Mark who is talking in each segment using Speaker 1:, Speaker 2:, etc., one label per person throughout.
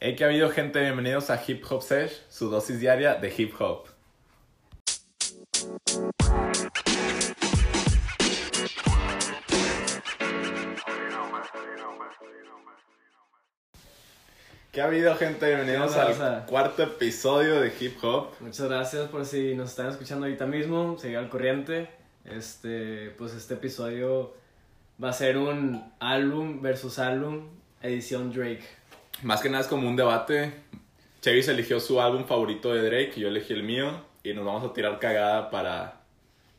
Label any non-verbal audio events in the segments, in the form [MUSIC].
Speaker 1: Hey, que ha habido gente, bienvenidos a Hip Hop Sesh, su dosis diaria de hip hop. ¿Qué ha habido, gente? Bienvenidos
Speaker 2: onda,
Speaker 1: al
Speaker 2: raza?
Speaker 1: cuarto episodio de Hip Hop.
Speaker 2: Muchas gracias por si nos están escuchando ahorita mismo, seguir al corriente. Este, pues este episodio va a ser un álbum versus álbum, edición Drake.
Speaker 1: Más que nada es como un debate. Chavis eligió su álbum favorito de Drake, yo elegí el mío, y nos vamos a tirar cagada para,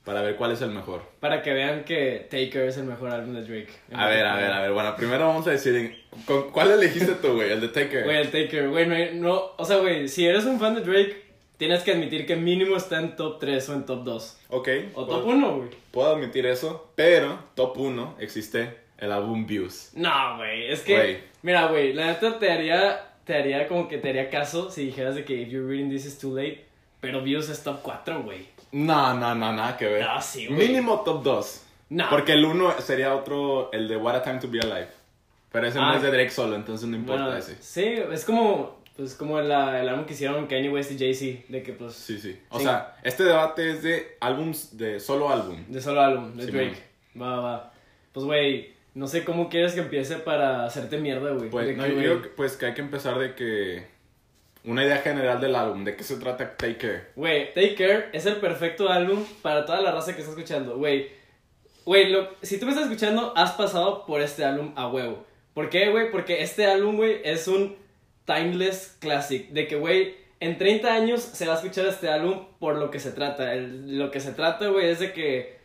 Speaker 1: para ver cuál es el mejor.
Speaker 2: Para que vean que Taker es el mejor álbum de Drake.
Speaker 1: A ver, a ver, a ver. Bueno, primero vamos a decir, en- ¿con ¿cuál elegiste tú, güey? El de Taker.
Speaker 2: Güey, el Taker, güey, no, hay- no, o sea, güey, si eres un fan de Drake, tienes que admitir que mínimo está en top 3 o en top 2.
Speaker 1: ok.
Speaker 2: O
Speaker 1: puedo-
Speaker 2: top 1, güey.
Speaker 1: Puedo admitir eso, pero top 1 existe el álbum Views.
Speaker 2: No, güey, es que,
Speaker 1: Güey.
Speaker 2: mira, güey, la neta te haría, te haría como que te haría caso si dijeras de que If You're Reading This Is Too Late, pero Views es top 4, güey.
Speaker 1: No, no, no, nada que ver.
Speaker 2: Ah, sí, güey.
Speaker 1: Mínimo top 2.
Speaker 2: No.
Speaker 1: Porque el 1 sería otro, el de What a Time to Be Alive. Pero ese no
Speaker 2: Ah.
Speaker 1: es de Drake solo, entonces no importa
Speaker 2: Bueno,
Speaker 1: ese.
Speaker 2: sí, es como, pues, como la- el álbum que hicieron Kanye West y Jay-Z, de que, pues,
Speaker 1: Sí, sí. O
Speaker 2: Sí.
Speaker 1: sea, este debate es de álbums, de solo álbum.
Speaker 2: de solo álbum, de
Speaker 1: Sí,
Speaker 2: Drake. Va, va, va. Pues, güey, no sé cómo quieres que empiece para hacerte mierda, güey.
Speaker 1: Pues,
Speaker 2: De
Speaker 1: no,
Speaker 2: que,
Speaker 1: yo
Speaker 2: güey,
Speaker 1: creo que, pues que hay que empezar de que... Una idea general del álbum, de qué se trata Take Care.
Speaker 2: Güey, Take Care es el perfecto álbum para toda la raza que está escuchando. Güey, güey, lo- si tú me estás escuchando, has pasado por este álbum a huevo. ¿Por qué, güey? Porque este álbum, güey, es un timeless classic. De que, güey, en 30 años se va a escuchar este álbum por lo que se trata. El- lo que se trata, güey, es de que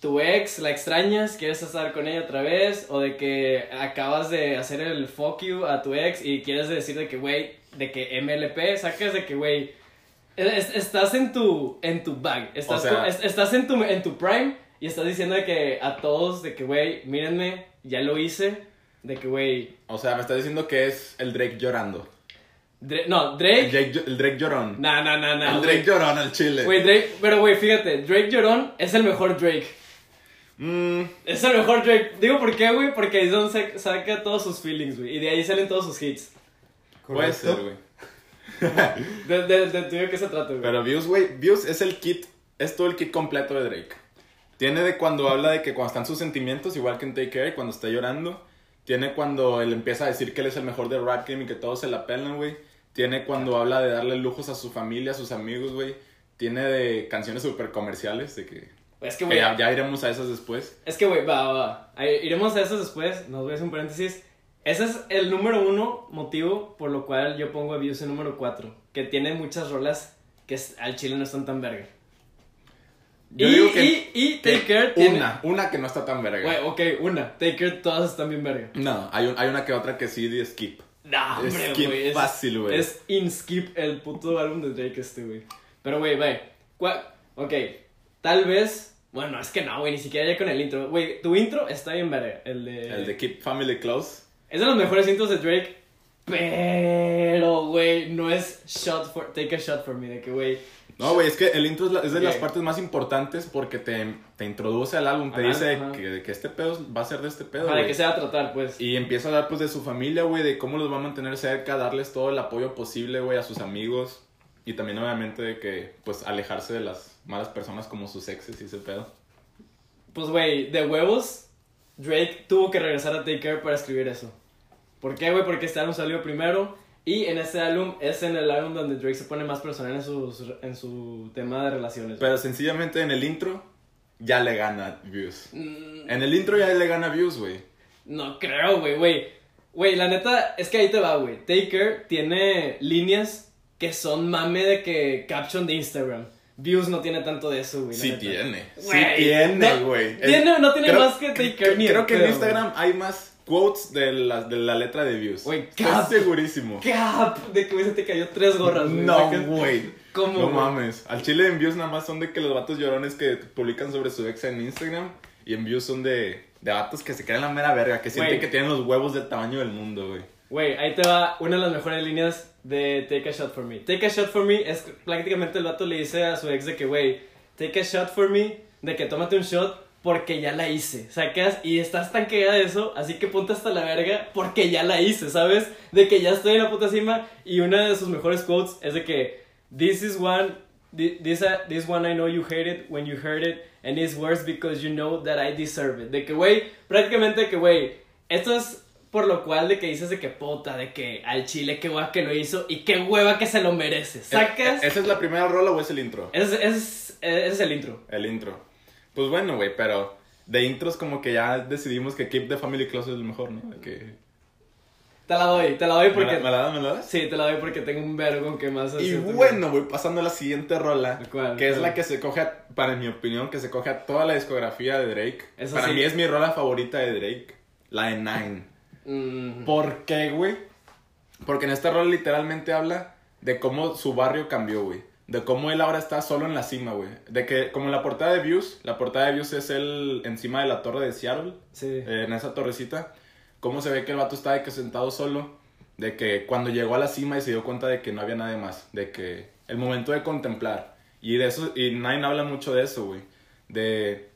Speaker 2: tu ex la extrañas, quieres estar con ella otra vez, o de que acabas de hacer el fuck you a tu ex y quieres decir de que, güey, de que MLP, sacas de que, güey, es- estás en tu, en tu bag, estás,
Speaker 1: sea-
Speaker 2: co- es- estás en, tu, en tu prime y estás diciendo de que a todos, de que, güey, mírenme, ya lo hice, de que, güey,
Speaker 1: O sea, me está diciendo que es el Drake llorando.
Speaker 2: Dra- no,
Speaker 1: El
Speaker 2: Drake,
Speaker 1: Drake, llo- el Drake llorón.
Speaker 2: no, no, no, no,
Speaker 1: el Drake llorón al chile.
Speaker 2: güey, Drake, pero, güey, fíjate, Drake Llorón es el mejor Drake.
Speaker 1: Mm,
Speaker 2: Es el mejor Drake. Digo, ¿por qué, güey? Porque ahí es donde sac- saca todos sus feelings, güey. Y de ahí salen todos sus hits.
Speaker 1: puede
Speaker 3: Correcto.
Speaker 1: ser, güey.
Speaker 2: De, de, de tuyo que se trata, güey.
Speaker 1: Pero Views, güey, Views es el kit, es todo el kit completo de Drake. Tiene de cuando habla de que cuando están sus sentimientos, igual que en Take Care, cuando está llorando. Tiene cuando él empieza a decir que él es el mejor de rap game y que todos se la pelan, güey. Tiene cuando habla de darle lujos a su familia, a sus amigos, güey. Tiene de canciones super comerciales, de que,
Speaker 2: Es que,
Speaker 1: que
Speaker 2: güey.
Speaker 1: ya, ya iremos a esas después.
Speaker 2: Es que, güey, va, va, va. Ahí- iremos a eso después. Nos voy a hacer un paréntesis. Ese es el número uno motivo por lo cual yo pongo a Views en número cuatro. Que tiene muchas rolas que es- al chile no están tan verga.
Speaker 1: Yo
Speaker 2: y,
Speaker 1: digo que-
Speaker 2: y, y Take Care tiene.
Speaker 1: Una, una que no está tan verga.
Speaker 2: Güey, ok, una. Take Care, todas están bien verga.
Speaker 1: No, hay, un- hay una que otra que sí de skip.
Speaker 2: Nah, Ah, hombre,
Speaker 1: Skip
Speaker 2: güey. Es,
Speaker 1: fácil, güey.
Speaker 2: Es Inskip el puto álbum de Drake este, güey. Pero, güey, güey. cua- Ok, tal vez... Bueno, es que no, güey, ni siquiera ya con el intro. Güey, tu intro está bien verga, el de...
Speaker 1: El de Keep Family Close.
Speaker 2: Es de los mejores intros de Drake, pero, güey, no es shot for... Take a shot for me, de que, güey...
Speaker 1: No, güey, es que el intro es, la- es de
Speaker 2: Ok.
Speaker 1: las partes más importantes porque te, te introduce al álbum, te
Speaker 2: Ajá,
Speaker 1: dice
Speaker 2: ajá.
Speaker 1: Que, que este pedo va a ser de este pedo.
Speaker 2: Para
Speaker 1: güey.
Speaker 2: que se va a tratar, pues.
Speaker 1: Y empieza a hablar pues de su familia, güey, de cómo los va a mantener cerca, darles todo el apoyo posible, güey, a sus amigos. Y también obviamente de que, pues, alejarse de las malas personas como sus exes y ese pedo.
Speaker 2: Pues, güey, de huevos, Drake tuvo que regresar a Take Care para escribir eso. ¿Por qué, güey? Porque este álbum salió primero. Y en este álbum es en el álbum donde Drake se pone más personal en, sus, en su tema de relaciones.
Speaker 1: Pero sencillamente en el intro ya le gana views.
Speaker 2: Mm,
Speaker 1: En el intro ya le gana views, güey.
Speaker 2: No creo, güey, güey. Güey, la neta, es que ahí te va, güey. Take Care tiene líneas que son mame de que caption de Instagram. Views no tiene tanto de eso, güey. la
Speaker 1: Sí
Speaker 2: neta.
Speaker 1: tiene. Sí
Speaker 2: Güey,
Speaker 1: tiene,
Speaker 2: no-
Speaker 1: güey. El-
Speaker 2: Tiene, no tiene
Speaker 1: creo-
Speaker 2: más que Take Care. ni de
Speaker 1: Creo que en
Speaker 2: pedo,
Speaker 1: Instagram hay más quotes de la, de la letra de views.
Speaker 2: Güey,
Speaker 1: Estoy
Speaker 2: cap-
Speaker 1: segurísimo.
Speaker 2: güey. Cap, de que güey, se te cayó tres gorras, güey.
Speaker 1: No,
Speaker 2: Sacas-
Speaker 1: güey.
Speaker 2: ¿Cómo?
Speaker 1: No
Speaker 2: güey?
Speaker 1: mames. Al chile en views nada más son de que los vatos llorones que publican sobre su ex en Instagram. Y en views son de, de vatos que se creen la mera verga, que sienten
Speaker 2: Güey.
Speaker 1: que tienen los huevos del tamaño del mundo, güey. E,
Speaker 2: Güey, ahí te va una de las mejores líneas de Take a Shot for Me. Take a Shot for Me es prácticamente el vato le dice a su ex de que, güey, take a shot for me, de que tómate un shot porque ya la hice. O sea, quedas y estás tan quedada de eso, así que ponte hasta la verga porque ya la hice, ¿sabes? De que ya estoy en la puta cima y una de sus mejores quotes es de que this is one thi- this uh, this one I know you hate it when you heard it and it's worse because you know that I deserve it. De que güey, prácticamente que güey, esto es por lo cual de que dices de que puta, de que al chile qué guay que lo hizo y qué hueva que se lo merece. Sacas
Speaker 1: ¿E- ¿Esa es la primera rola o es el intro?
Speaker 2: ese es, ese es- ese es el intro.
Speaker 1: El intro. Pues bueno, güey, pero de intros como que ya decidimos que Keep the Family Close es el mejor, ¿no? De que-
Speaker 2: Te la doy, te
Speaker 1: [LAUGHS]
Speaker 2: la doy
Speaker 1: ¿Me
Speaker 2: porque
Speaker 1: la, me la das, me la das?
Speaker 2: Sí, te la doy porque tengo un vergo con que más
Speaker 1: Y
Speaker 2: hacer este también.
Speaker 1: bueno, güey, pasando a la siguiente rola,
Speaker 2: ¿Cuál?
Speaker 1: que es
Speaker 2: ¿Cuál?
Speaker 1: la que se coge, a- para mi opinión, que se coge a toda la discografía de Drake.
Speaker 2: Eso
Speaker 1: para
Speaker 2: sí.
Speaker 1: mí es mi rola favorita de Drake, la de Nine.
Speaker 2: Mm,
Speaker 1: ¿Por qué, güey? Porque en esta rola literalmente habla de cómo su barrio cambió, güey. De cómo él ahora está solo en la cima, güey. De que, como en la portada de Views, la portada de Views es él encima de la torre de Seattle.
Speaker 2: sí.
Speaker 1: eh, en esa torrecita, cómo se ve que el vato está de que sentado solo, de que cuando llegó a la cima y se dio cuenta de que no había nadie más, de que el momento de contemplar. Y de eso, y Nine habla mucho de eso, güey. De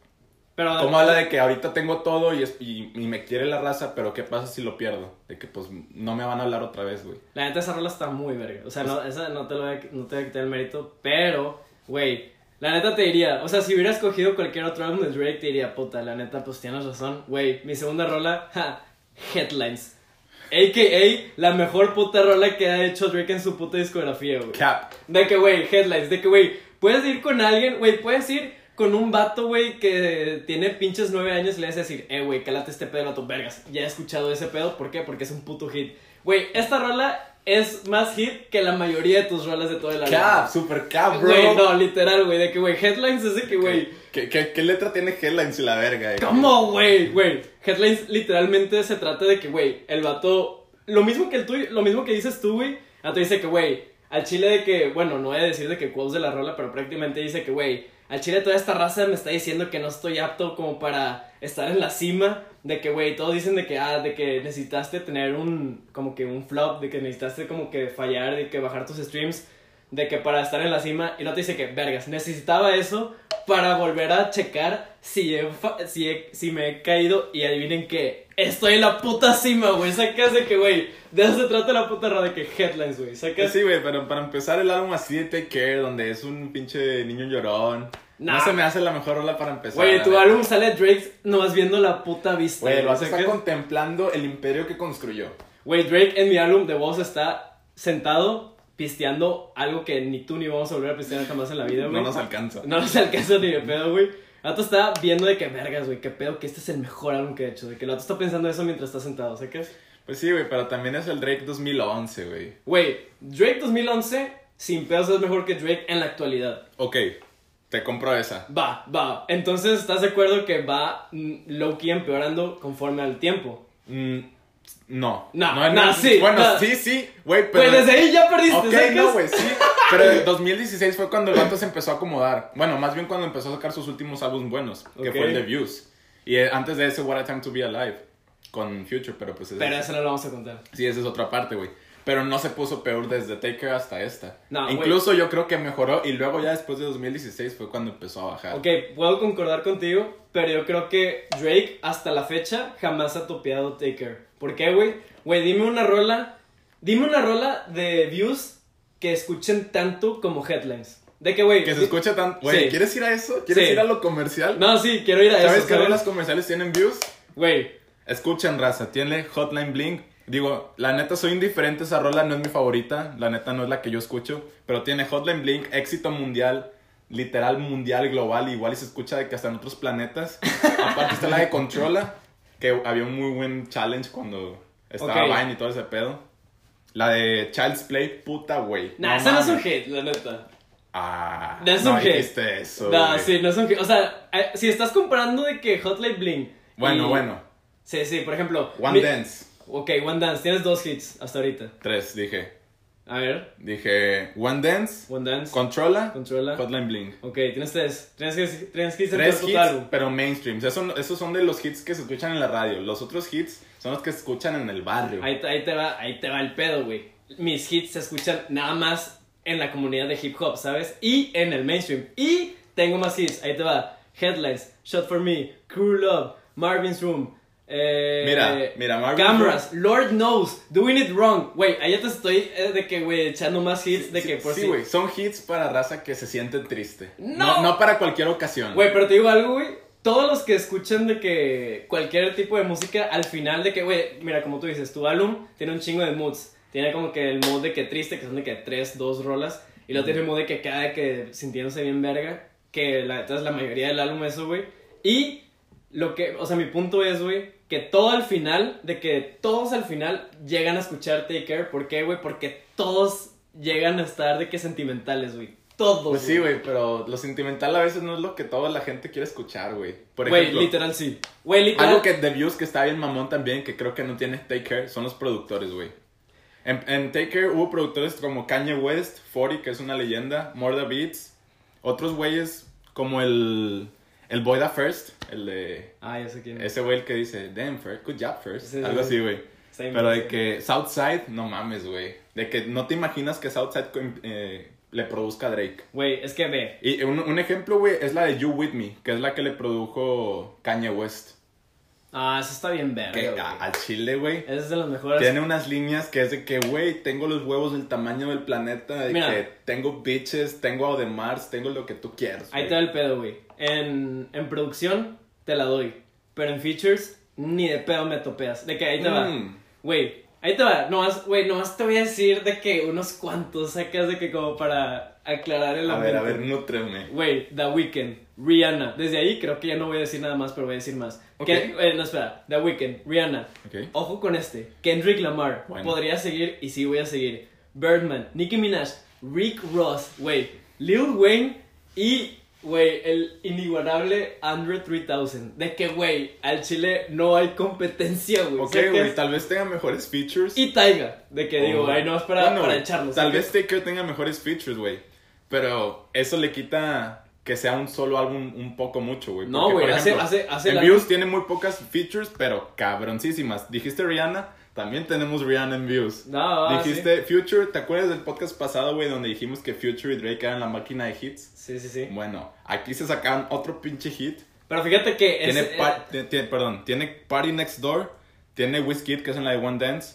Speaker 2: Pero
Speaker 1: cómo habla de que ahorita tengo todo y, es- y, y me quiere la raza, pero qué pasa si lo pierdo. De que pues no me van a hablar otra vez, güey.
Speaker 2: la neta esa rola está muy verga. O sea, no,
Speaker 1: Pues-
Speaker 2: esa no te, lo voy a, no te voy a quitar el mérito, pero, güey, la neta te diría, o sea, si hubiera escogido cualquier otro álbum de Drake, te diría, puta, la neta, pues tienes razón. Güey, mi segunda rola, ja, Headlines. AKA, la mejor puta rola que ha hecho Drake en su puta discografía, güey.
Speaker 1: Cap.
Speaker 2: De que, güey, headlines, de que, güey, puedes ir con alguien, güey, puedes ir con un vato, güey, que tiene pinches nueve años y le vas a decir, eh, güey, cálate este pedo a tu vergas. Ya he escuchado ese pedo, ¿por qué? Porque es un puto hit. Güey, esta rola es más hit que la mayoría de tus rolas de todo el
Speaker 1: Cap,
Speaker 2: año.
Speaker 1: super cap, bro.
Speaker 2: Güey, no, literal, güey, de que, güey, headlines es de que, güey,
Speaker 1: ¿Qué, qué, qué letra tiene Headlines y la verga, eh? güey?
Speaker 2: ¿Cómo, güey? Güey, Headlines literalmente se trata de que, güey, el vato. Lo mismo que el tuyo, lo mismo que dices tú, güey. A te dice que, güey, al chile de que. Bueno, no voy a decir de que quotes de la rola, pero prácticamente dice que, güey, al chile toda esta raza me está diciendo que no estoy apto como para estar en la cima. De que, güey, todos dicen de que, ah, de que necesitaste tener un. Como que un flop, de que necesitaste como que fallar, de que bajar tus streams. De que para estar en la cima, y no te dice que, vergas, necesitaba eso para volver a checar si, he fa- si, he- si me he caído y adivinen que estoy en la puta cima, güey. Sacas de que, güey, de eso se trata la puta rara de que headlines, güey.
Speaker 1: Que
Speaker 2: Sacas.
Speaker 1: sí, güey, pero para empezar el álbum así de Take Care, donde es un pinche niño llorón.
Speaker 2: Nah.
Speaker 1: No se me hace la mejor rola para empezar.
Speaker 2: Güey,
Speaker 1: la
Speaker 2: tu
Speaker 1: neta.
Speaker 2: álbum sale Drake nomás viendo la puta vista.
Speaker 1: Güey, lo hace
Speaker 2: sacas.
Speaker 1: estar contemplando el imperio que construyó.
Speaker 2: Güey, Drake en mi álbum de voz está sentado pisteando algo que ni tú ni vamos a volver a pistear jamás en la vida, güey.
Speaker 1: No nos alcanza.
Speaker 2: No nos alcanza ni de pedo, güey. El vato está viendo de que vergas, güey, que pedo, que este es el mejor álbum que he hecho. De que el vato está pensando eso mientras está sentado, ¿sacas?
Speaker 1: Pues sí, güey, pero también es el Drake 2011, güey.
Speaker 2: Güey, Drake 2011, sin pedos es mejor que Drake en la actualidad.
Speaker 1: Ok, te compro esa.
Speaker 2: Va, va. Entonces, ¿estás de acuerdo que va mm, low-key empeorando conforme al tiempo?
Speaker 1: Mm, no.
Speaker 2: No,
Speaker 1: en-
Speaker 2: no, sí,
Speaker 1: Bueno,
Speaker 2: no.
Speaker 1: sí, sí, güey, pero...
Speaker 2: Pues desde ahí ya perdiste,
Speaker 1: Ok,
Speaker 2: ¿sacas?
Speaker 1: no, güey, sí. Pero en 2016 fue cuando el vato se empezó a acomodar. Bueno, más bien cuando empezó a sacar sus últimos álbumes buenos, que
Speaker 2: Ok.
Speaker 1: fue el de Views. Y eh, antes de ese, What a Time to Be Alive, con Future, pero pues ese-
Speaker 2: Pero eso no lo vamos a contar.
Speaker 1: sí, esa es otra parte, güey. Pero no se puso peor desde Take Care hasta esta.
Speaker 2: No, güey.
Speaker 1: Incluso yo creo que mejoró y luego ya después de 2016 fue cuando empezó a bajar.
Speaker 2: Ok, puedo concordar contigo, pero yo creo que Drake hasta la fecha jamás ha topeado Taker. ¿Por qué, güey? Güey, dime una rola, dime una rola de views que escuchen tanto como headlines. De que, güey,
Speaker 1: Que se
Speaker 2: di-
Speaker 1: escucha tan... Güey,
Speaker 2: Sí.
Speaker 1: ¿quieres ir a eso? ¿Quieres
Speaker 2: Sí.
Speaker 1: ir a lo comercial?
Speaker 2: No, sí, quiero ir a
Speaker 1: ¿Sabes
Speaker 2: eso.
Speaker 1: que las comerciales tienen views?
Speaker 2: Güey,
Speaker 1: Escuchen, raza, tiene Hotline Bling. Digo, la neta soy indiferente, esa rola no es mi favorita, la neta no es la que yo escucho, pero tiene Hotline Bling, éxito mundial, literal mundial, global, igual y se escucha de que hasta en otros
Speaker 2: [LAUGHS]
Speaker 1: planetas. Aparte está la de Controla, que había un muy buen challenge cuando estaba
Speaker 2: Ok.
Speaker 1: Vine y todo ese pedo. La de Child's Play, puta güey.
Speaker 2: nah, esa no es un
Speaker 1: mames.
Speaker 2: hit, la neta.
Speaker 1: Ah,
Speaker 2: No
Speaker 1: no,
Speaker 2: es un hit.
Speaker 1: dijiste eso.
Speaker 2: No,
Speaker 1: güey.
Speaker 2: sí, no es un hit. O sea, eh, si estás comparando de que Hotline Bling.
Speaker 1: Bueno,
Speaker 2: y-
Speaker 1: bueno.
Speaker 2: Sí, sí, por ejemplo.
Speaker 1: One
Speaker 2: mi-
Speaker 1: Dance,
Speaker 2: Ok, One Dance, tienes dos hits hasta ahorita.
Speaker 1: tres, dije.
Speaker 2: A ver,
Speaker 1: Dije One Dance,
Speaker 2: One Dance.
Speaker 1: Controla,
Speaker 2: Controla.
Speaker 1: Hotline Bling.
Speaker 2: ok, tienes tres. Tienes que, tienes que hacer
Speaker 1: Tres
Speaker 2: tu
Speaker 1: hits,
Speaker 2: álbum.
Speaker 1: pero mainstreams. Esos, esos son de los hits que se escuchan en la radio. Los otros hits son los que se escuchan en el barrio.
Speaker 2: Ahí, te- ahí te va, ahí te va el pedo, güey. Mis hits se escuchan nada más en la comunidad de hip hop, ¿sabes? Y en el mainstream. Y tengo más hits, ahí te va. Headlines, Shot for Me, Cool Love, Marvin's Room. eh,
Speaker 1: Mira,
Speaker 2: eh,
Speaker 1: mira, Marvin's
Speaker 2: Cameras, Lord Knows, Doing It Wrong. Güey, ahí ya te estoy eh, de que, güey, echando más hits de que pues, por
Speaker 1: sí,
Speaker 2: si-
Speaker 1: güey. Son hits para raza que se siente triste.
Speaker 2: No.
Speaker 1: No, no para cualquier ocasión.
Speaker 2: Güey, pero te digo algo, güey. Todos los que escuchan de que cualquier tipo de música, al final de que, güey, mira, como tú dices, tu álbum tiene un chingo de moods. Tiene como que el mood de que triste, que son de que tres, dos rolas. Y luego tiene el mood de que cada que sintiéndose bien verga. Que la, entonces la mayoría del álbum eso, güey. Y lo que, o sea, mi punto es, güey, que todo al final, de que todos al final llegan a escuchar Take Care. ¿Por qué, güey? Porque todos llegan a estar de que sentimentales, güey. Todos.
Speaker 1: Pues sí, güey, pero lo sentimental a veces no es lo que toda la gente quiere escuchar, güey. Por
Speaker 2: Güey,
Speaker 1: ejemplo,
Speaker 2: literal sí. Güey, literal.
Speaker 1: algo que de views que está bien mamón también, que creo que no tiene Take Care, son los productores, güey. En, en Take Care hubo productores como Kanye West, 40, que es una leyenda, Morda Beats, otros güeyes como el, el Boy Da First, el de...
Speaker 2: Ah, ya sé quién. es.
Speaker 1: Ese güey el que dice, damn, first, good job, first.
Speaker 2: Sí, sí,
Speaker 1: Algo
Speaker 2: sí.
Speaker 1: así, güey.
Speaker 2: Está bien
Speaker 1: Pero de
Speaker 2: bien.
Speaker 1: que Southside, no mames, güey. De que no te imaginas que Southside eh, le produzca a Drake.
Speaker 2: Güey, es que ve.
Speaker 1: Y un, un ejemplo, güey, es la de You With Me, que es la que le produjo Kanye West.
Speaker 2: Ah, eso está bien verga.
Speaker 1: Que
Speaker 2: güey.
Speaker 1: a- al chile, güey.
Speaker 2: Esa es de las mejores.
Speaker 1: Tiene unas líneas que es de que, güey, tengo los huevos del tamaño del planeta, de
Speaker 2: Mira.
Speaker 1: que tengo bitches, tengo a de Mars, tengo lo que tú quieras.
Speaker 2: Ahí
Speaker 1: güey.
Speaker 2: te da el pedo, güey. En, en producción, te la doy. Pero en features, ni de pedo me topeas. De que ahí te va.
Speaker 1: Mm.
Speaker 2: Güey, ahí te va. Nomás, güey, nomás te voy a decir de que unos cuantos sacas de que como para aclarar el
Speaker 1: A ver,
Speaker 2: ambiente.
Speaker 1: a ver, nútreme.
Speaker 2: Güey, The Weeknd, Rihanna. Desde ahí creo que ya no voy a decir nada más, pero voy a decir más.
Speaker 1: Ok.
Speaker 2: Que- eh, no, espera. The Weeknd, Rihanna.
Speaker 1: Ok.
Speaker 2: Ojo con este. Kendrick Lamar.
Speaker 1: Bueno.
Speaker 2: Podría seguir y sí voy a seguir. Birdman, Nicki Minaj, Rick Ross, güey. Lil Wayne y, güey, el inigualable Andre 3000. De que, güey, al chile no hay competencia, güey. O
Speaker 1: Ok,
Speaker 2: sea que
Speaker 1: güey,
Speaker 2: es-
Speaker 1: tal vez tenga mejores features.
Speaker 2: Y Taiga. De que digo,
Speaker 1: Oh.
Speaker 2: güey, no es para,
Speaker 1: Bueno,
Speaker 2: para echarlos.
Speaker 1: Tal
Speaker 2: de que-
Speaker 1: vez Taker tenga mejores features, güey. Pero eso le quita que sea un solo álbum un poco mucho, güey.
Speaker 2: No,
Speaker 1: Porque,
Speaker 2: güey,
Speaker 1: por
Speaker 2: hace-
Speaker 1: ejemplo,
Speaker 2: hace- hace
Speaker 1: En
Speaker 2: la-
Speaker 1: views tiene muy pocas features, pero cabroncísimas. Dijiste Rihanna, también tenemos Rihanna en views.
Speaker 2: No, ah, sí.
Speaker 1: Dijiste Future, ¿te acuerdas del podcast pasado, güey, donde dijimos que Future y Drake eran la máquina de hits?
Speaker 2: Sí, sí, sí.
Speaker 1: Bueno, aquí se sacaron otro pinche hit.
Speaker 2: Pero fíjate que es-
Speaker 1: Tiene,
Speaker 2: eh,
Speaker 1: par- ti- ti- perdón, tiene Party Next Door, tiene Whiskey, que es en la de One Dance,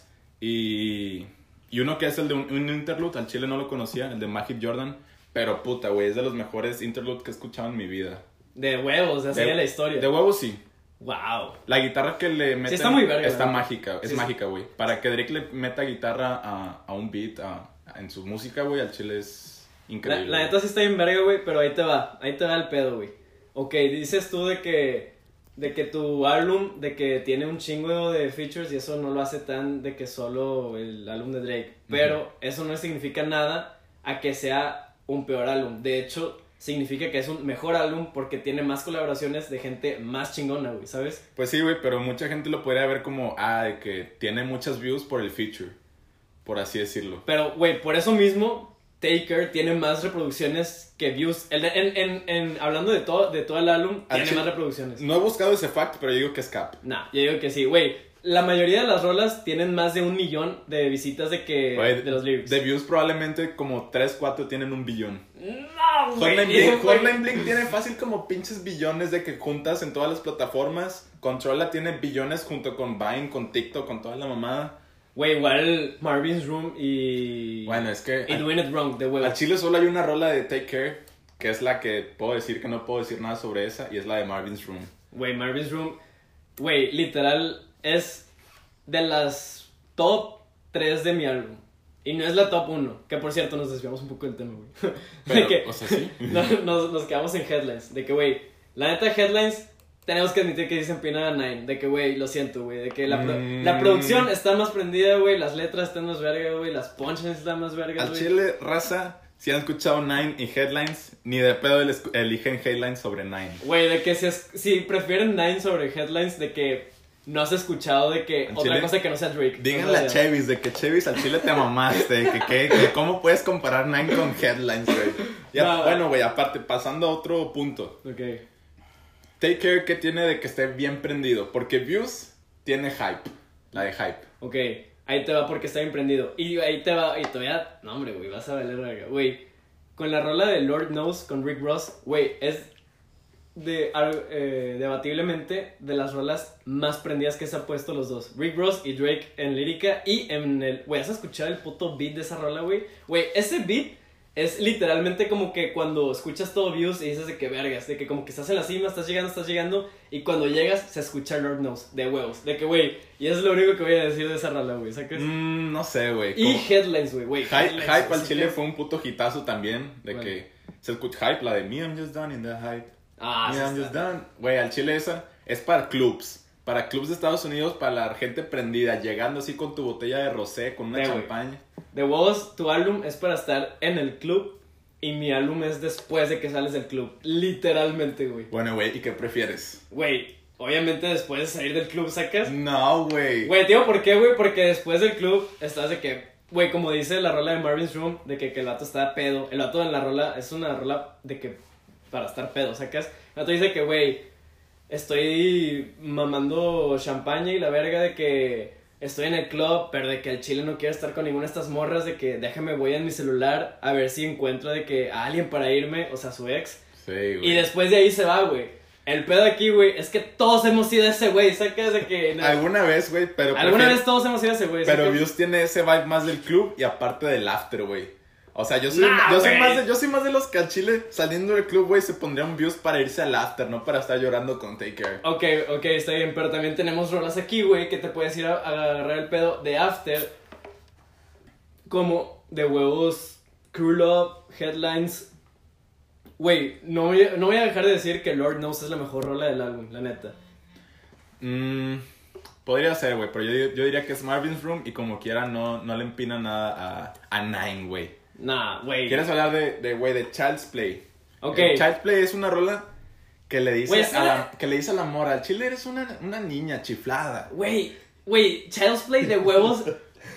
Speaker 1: y, y uno que es el de un, un interlude, al chile no lo conocía, el de Magic Jordan, pero puta, güey, es de los mejores interludes que he escuchado en mi vida.
Speaker 2: de huevos, así de la historia.
Speaker 1: De huevo sí.
Speaker 2: Wow.
Speaker 1: La guitarra que le mete
Speaker 2: está muy verga,
Speaker 1: está
Speaker 2: ¿no?
Speaker 1: mágica, es
Speaker 2: Sí, sí.
Speaker 1: mágica, güey. Para que Drake le meta guitarra a, a un beat, a- a- en su música, güey, al chile es
Speaker 2: La,
Speaker 1: increíble.
Speaker 2: la neta sí está bien verga, güey, pero ahí te va, ahí te va el pedo, güey. Ok, dices tú de que, de que tu álbum, de que tiene un chingo de features y eso no lo hace tan de que solo el álbum de Drake. Pero eso no significa nada a que sea un peor álbum. De hecho, significa que es un mejor álbum porque tiene más colaboraciones de gente más chingona, güey, ¿sabes?
Speaker 1: Pues sí, güey, pero mucha gente lo podría ver como, ah, de que tiene muchas views por el feature, por así decirlo.
Speaker 2: Pero, güey, por eso mismo... Taker tiene más reproducciones que views. El- en, en- en- hablando de todo, de todo el álbum,
Speaker 1: Ah,
Speaker 2: tiene
Speaker 1: sí.
Speaker 2: más reproducciones.
Speaker 1: No he buscado ese fact, pero yo digo que es Cap.
Speaker 2: Nah, yo digo que sí, güey. La mayoría de las rolas tienen más de un millón de visitas de que
Speaker 1: Güey,
Speaker 2: de los lyrics.
Speaker 1: De views probablemente como 3, 4 tienen un billón.
Speaker 2: No,
Speaker 1: Hotline
Speaker 2: güey, eso
Speaker 1: Blink,
Speaker 2: fue-
Speaker 1: Hotline Blink tiene fácil como pinches billones de que juntas en todas las plataformas. Controla tiene billones junto con Vine, con TikTok, con toda la mamada.
Speaker 2: Güey, igual Marvin's Room y
Speaker 1: Bueno, eh, es que
Speaker 2: y
Speaker 1: a,
Speaker 2: Doing It Wrong de huevo.
Speaker 1: a Chile solo hay una rola de Take Care, que es la que puedo decir que no puedo decir nada sobre esa, y es la de Marvin's Room.
Speaker 2: Güey, Marvin's Room, güey, literal es de las top 3 de mi álbum. Y no es la top 1, que por cierto nos desviamos un poco del tema, güey. [LAUGHS] De
Speaker 1: Pero,
Speaker 2: que-
Speaker 1: o sea,
Speaker 2: [LAUGHS]
Speaker 1: sí.
Speaker 2: No, nos, nos quedamos en headlines. De que, güey, la neta, headlines, tenemos que admitir que dicen Pina Nine. De que, güey, lo siento, güey. De que la, pro-
Speaker 1: Mm.
Speaker 2: la producción está más prendida, güey. Las letras están más verga, güey. Las punchlines están más vergas,
Speaker 1: Al
Speaker 2: güey.
Speaker 1: Chile, raza, si han escuchado Nine y Headlines, ni de pedo el- eligen Headlines sobre Nine.
Speaker 2: Güey, de que si, es- si prefieren Nine sobre headlines, de que no has escuchado de que
Speaker 1: Al
Speaker 2: otra
Speaker 1: chile,
Speaker 2: cosa que no sea Drake.
Speaker 1: Díganle a
Speaker 2: O sea,
Speaker 1: Chevis de que Chevis al chile te mamaste, que, que, que cómo puedes comparar Nine con Headlines, güey. Ya,
Speaker 2: No.
Speaker 1: bueno, güey, aparte, pasando a otro punto.
Speaker 2: Ok.
Speaker 1: Take Care, que tiene de que esté bien prendido? Porque Views tiene hype, la de hype.
Speaker 2: Ok, ahí te va porque está bien prendido. Y ahí te va, y todavía, no hombre, güey, vas a valer verga. Güey, con la rola de Lord Knows con Rick Ross, güey, es. de, al- eh, debatiblemente de las rolas más prendidas que se han puesto los dos. Rick Ross y Drake en lírica y en el... Güey, ¿has escuchado el puto beat de esa rola, güey? Güey, ese beat es literalmente como que cuando escuchas todo Views y dices de que vergas, de que como que estás en la cima, estás llegando, estás llegando y cuando llegas se escucha Lord Knows de huevos. De que, güey, y es lo único que voy a decir de esa rola, güey, ¿sacas?
Speaker 1: Mm, no sé, güey.
Speaker 2: Y
Speaker 1: como-
Speaker 2: Headlines, güey, güey.
Speaker 1: Hype,
Speaker 2: Headlines,
Speaker 1: Hype al
Speaker 2: así
Speaker 1: chile
Speaker 2: que-
Speaker 1: fue un puto hitazo también. De
Speaker 2: Bueno.
Speaker 1: que se escucha Hype, la de Me I'm just done in the hype.
Speaker 2: Ah,
Speaker 1: Me
Speaker 2: sí
Speaker 1: I'm
Speaker 2: está.
Speaker 1: just done. Güey, al chile esa es para clubs. Para clubs de Estados Unidos, para la gente prendida, llegando así con tu botella de rosé, con una
Speaker 2: Sí, güey.
Speaker 1: champaña.
Speaker 2: De huevos, tu álbum es para estar en el club y mi álbum es después de que sales del club. Literalmente, güey.
Speaker 1: Bueno, güey, ¿y qué prefieres?
Speaker 2: Güey, obviamente después de salir del club sacas.
Speaker 1: No, güey.
Speaker 2: Güey, tío, ¿por qué, güey? Porque después del club estás de que, güey, como dice la rola de Marvin's Room, de que, que el vato está pedo. El vato en la rola es una rola de que para estar pedo, sacas. El vato dice que, güey, estoy mamando champaña y la verga de que estoy en el club, pero de que al chile no quiero estar con ninguna de estas morras, de que déjame voy en mi celular a ver si encuentro de que a alguien para irme, o sea, su ex.
Speaker 1: Sí, güey.
Speaker 2: Y después de ahí se va, güey. El pedo aquí, güey, es que todos hemos sido ese güey, sacas de que...
Speaker 1: Alguna vez, güey, pero.
Speaker 2: Alguna
Speaker 1: prefiero-
Speaker 2: vez todos hemos ido a ese güey. así
Speaker 1: Pero
Speaker 2: que-
Speaker 1: Views tiene ese vibe más del club y aparte del after, güey. O sea, yo soy,
Speaker 2: Nah,
Speaker 1: yo, soy
Speaker 2: güey.
Speaker 1: más de, yo soy más de los que al chile saliendo del club, güey, se pondrían views para irse al after, no para estar llorando con Taker.
Speaker 2: Ok, ok, está bien, pero también tenemos rolas aquí, güey, que te puedes ir a, a agarrar el pedo de After. Como de huevos, Cruel Up, Headlines. Güey, no, voy a- no voy a dejar de decir que Lord Knows es la mejor rola del álbum, la neta.
Speaker 1: Mm, podría ser, güey, pero yo, yo diría que es Marvin's Room y como quiera no, no le empina nada a, a Nine, güey.
Speaker 2: Nah, güey.
Speaker 1: ¿Quieres hablar de, de, güey, de Child's Play?
Speaker 2: Ok.
Speaker 1: Eh, Child's Play es una rola que le dice,
Speaker 2: Güey, es
Speaker 1: a la,
Speaker 2: una-
Speaker 1: que le dice al amor, al chile eres una, una niña chiflada.
Speaker 2: Güey, güey, Child's Play de huevos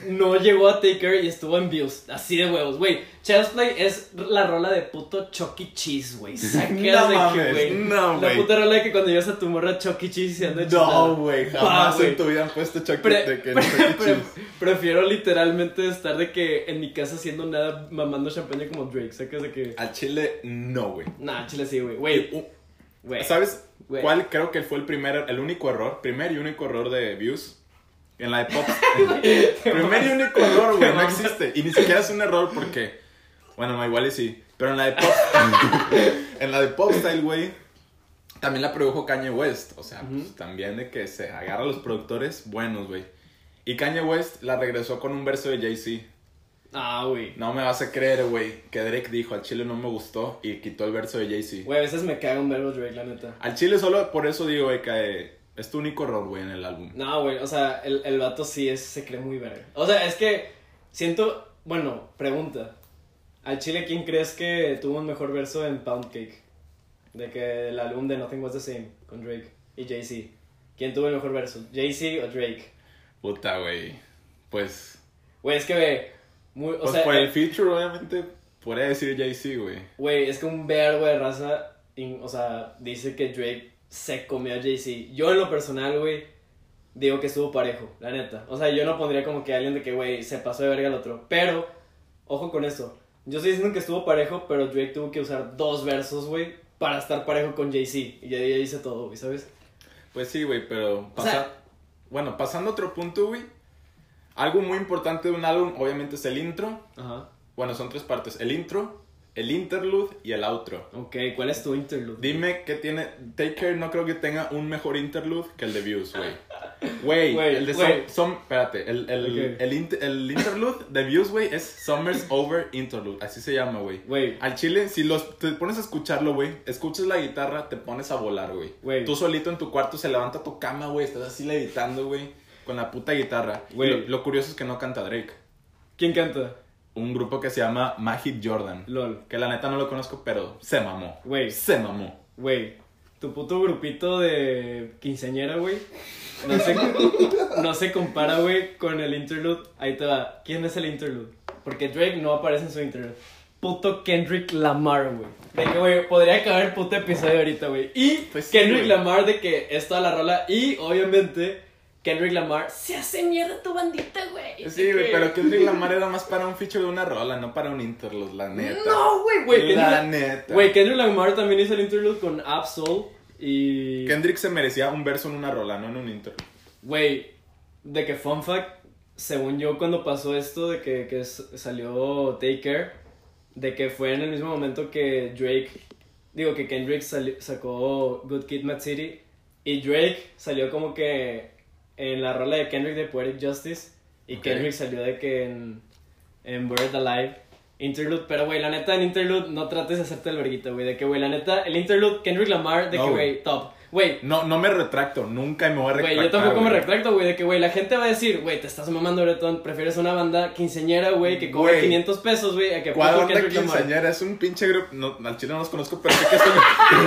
Speaker 2: no llegó a Taker y estuvo en views. Así de huevos, güey. Child's Play es la rola de puto Chuck E. Cheese, güey. Sacas de
Speaker 1: [LAUGHS] No
Speaker 2: que,
Speaker 1: mames,
Speaker 2: güey.
Speaker 1: no,
Speaker 2: La
Speaker 1: güey.
Speaker 2: puta rola de que cuando llevas a tu morra Chuck E. Cheese y ando
Speaker 1: No, güey, jamás
Speaker 2: Ah, güey.
Speaker 1: en tu vida han puesto Chuck
Speaker 2: Pre-
Speaker 1: de
Speaker 2: [LAUGHS]
Speaker 1: que
Speaker 2: pre-
Speaker 1: Chuck E.
Speaker 2: pre-
Speaker 1: Cheese.
Speaker 2: prefiero literalmente estar de que en mi casa haciendo nada, mamando champaña como Drake. Sacas de que.
Speaker 1: Al chile, no, güey.
Speaker 2: Nah, chile sí, güey. Güey,
Speaker 1: Uh,
Speaker 2: güey.
Speaker 1: ¿Sabes
Speaker 2: Güey.
Speaker 1: cuál creo que fue el primer, el único error? Primer y único error de Views. En la de Pop.
Speaker 2: [LAUGHS]
Speaker 1: primer y único error, güey. No existe. Y ni siquiera es un error porque. Bueno, no, igual y sí. Pero en la de Pop. [LAUGHS] en la de Pop Style, güey. También la produjo Kanye West. O sea, pues, también de que se agarra a los productores buenos, güey. Y Kanye West la regresó con un verso de Jay-Z.
Speaker 2: Ah, güey.
Speaker 1: No me vas a creer, güey, que Drake dijo al chile no me gustó y quitó el verso de Jay-Z.
Speaker 2: Güey, a veces me cago en verbo Drake, la neta.
Speaker 1: Al chile solo por eso digo, güey, que eh, es tu único error, güey, en el álbum.
Speaker 2: No, güey, o sea, el, el vato sí es, se cree muy verga. O sea, es que siento, bueno, pregunta. Al chile, ¿quién crees que tuvo un mejor verso en Pound Cake? De que el álbum de Nothing Was The Same con Drake y Jay-Z. ¿Quién tuvo el mejor verso? ¿Jay-Z o Drake?
Speaker 1: Puta, güey. Pues,
Speaker 2: Güey, es que, ve, muy, o
Speaker 1: pues
Speaker 2: sea, eh,
Speaker 1: por el feature, obviamente, podría decir Jay-Z, güey.
Speaker 2: güey, es que un vergo de raza, in- o sea, dice que Drake se comió a Jay-Z. Yo en lo personal, güey, digo que estuvo parejo, la neta. O sea, yo no pondría como que alguien de que, güey, se pasó de verga al otro. Pero, ojo con esto. Yo estoy diciendo que estuvo parejo, pero Drake tuvo que usar dos versos, güey, para estar parejo con Jay-Z. Y ya ya dice todo, güey, ¿sabes?
Speaker 1: Pues sí, güey, pero...
Speaker 2: O sea-
Speaker 1: pasa- Bueno, pasando a otro punto, güey. Algo muy importante de un álbum, obviamente, es el intro.
Speaker 2: Ajá.
Speaker 1: Bueno, son tres partes. El intro, el interlude y el outro.
Speaker 2: Ok, ¿cuál es tu interlude?
Speaker 1: Dime qué tiene... Take Care no creo que tenga un mejor interlude que el de Views,
Speaker 2: [LAUGHS]
Speaker 1: güey. Güey,
Speaker 2: Güey,
Speaker 1: el de Som-
Speaker 2: güey.
Speaker 1: Som- espérate, el, el,
Speaker 2: Ok.
Speaker 1: el, inter- el interlude de Views, güey, es Summer's Over Interlude, así se llama, güey.
Speaker 2: Güey,
Speaker 1: Al chile, si los, te pones a escucharlo, güey, escuchas la guitarra, te pones a volar,
Speaker 2: Güey.
Speaker 1: güey. Tú solito en tu cuarto se levanta tu cama, güey, estás así levitando, güey, con la puta guitarra.
Speaker 2: Güey.
Speaker 1: Lo, lo curioso es que no canta Drake,
Speaker 2: ¿quién canta?
Speaker 1: un grupo que se llama Magic Jordan,
Speaker 2: LOL.
Speaker 1: que la neta no lo conozco, pero se mamó.
Speaker 2: Güey.
Speaker 1: Se mamó.
Speaker 2: Güey, tu puto grupito de quinceañera, güey, no se, no se compara, güey, con el interlude. Ahí te va. ¿Quién es el interlude? Porque Drake no aparece en su interlude. Puto Kendrick Lamar, güey. De que, güey, podría acabar el puto episodio ahorita, güey. Y
Speaker 1: Pues sí,
Speaker 2: Kendrick
Speaker 1: güey.
Speaker 2: Lamar de que es toda la rola. Y, obviamente, Kendrick Lamar, se hace mierda tu bandita, güey.
Speaker 1: Sí, güey, pero Kendrick Lamar era más para un feature de una rola, no para un interlude, la neta.
Speaker 2: No, güey, güey. Kendrick
Speaker 1: La
Speaker 2: La-
Speaker 1: neta.
Speaker 2: Güey, Kendrick Lamar también hizo el interlude con Absol y...
Speaker 1: Kendrick se merecía un verso en una rola, no en un interlude.
Speaker 2: Güey, de que fun fact, según yo cuando pasó esto de que, que s- salió Take Care, de que fue en el mismo momento que Drake, digo que Kendrick sali- sacó Good Kid, Mad City y Drake salió como que en la rola de Kendrick de Poetic Justice y
Speaker 1: Ok.
Speaker 2: Kendrick salió de que en, en Bird Alive. Interlude, pero güey, la neta en Interlude no trates de hacerte el verguito, güey. De que, güey, la neta, el Interlude, Kendrick Lamar, de
Speaker 1: No,
Speaker 2: que,
Speaker 1: güey.
Speaker 2: güey, top. Güey,
Speaker 1: No, no me retracto, nunca me voy a retractar.
Speaker 2: Güey, yo tampoco me
Speaker 1: güey.
Speaker 2: retracto, güey, de que, güey, la gente va a decir, güey, te estás mamando bretón, prefieres una banda quinceñera, güey, que cobra
Speaker 1: Güey.
Speaker 2: 500 pesos, güey, a que
Speaker 1: ¿Cuál
Speaker 2: puto
Speaker 1: onda
Speaker 2: Kendrick Lamar.
Speaker 1: quinceañera? Es un pinche grupo. No, al chile no los conozco, pero sé que es
Speaker 2: [LAUGHS]
Speaker 1: un,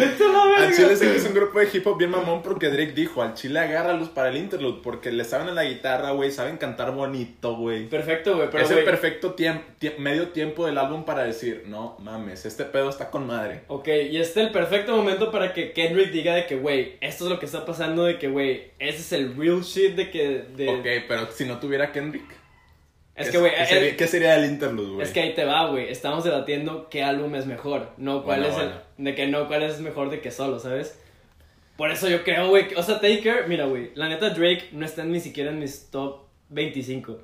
Speaker 2: Vete [LAUGHS] a la verga.
Speaker 1: al chile sé que es un grupo de hip hop bien mamón porque Drake dijo: al chile agárralos para el interlude porque le saben a la guitarra, güey, saben cantar bonito, güey.
Speaker 2: Perfecto, güey, pero,
Speaker 1: es el
Speaker 2: güey,
Speaker 1: perfecto tiemp- tie- medio tiempo del álbum para decir: no mames, este pedo está con madre.
Speaker 2: ok, y este es el perfecto momento para que Kendrick diga de que, güey, esto es lo que está pasando, de que, güey, ese es el real shit de que, de...
Speaker 1: Ok, pero si no tuviera Kendrick.
Speaker 2: Es
Speaker 1: ¿qué-
Speaker 2: que, güey,
Speaker 1: ¿Qué,
Speaker 2: el-
Speaker 1: sería- qué sería el interlude, güey?
Speaker 2: Es que ahí te va, güey. Estamos debatiendo qué álbum es mejor, no cuál
Speaker 1: Bueno,
Speaker 2: es el-
Speaker 1: bueno.
Speaker 2: de que no cuál es mejor de que solo, ¿sabes? Por eso yo creo, güey, que- o sea, Taker, mira, güey, la neta Drake no está ni siquiera en mis top 25.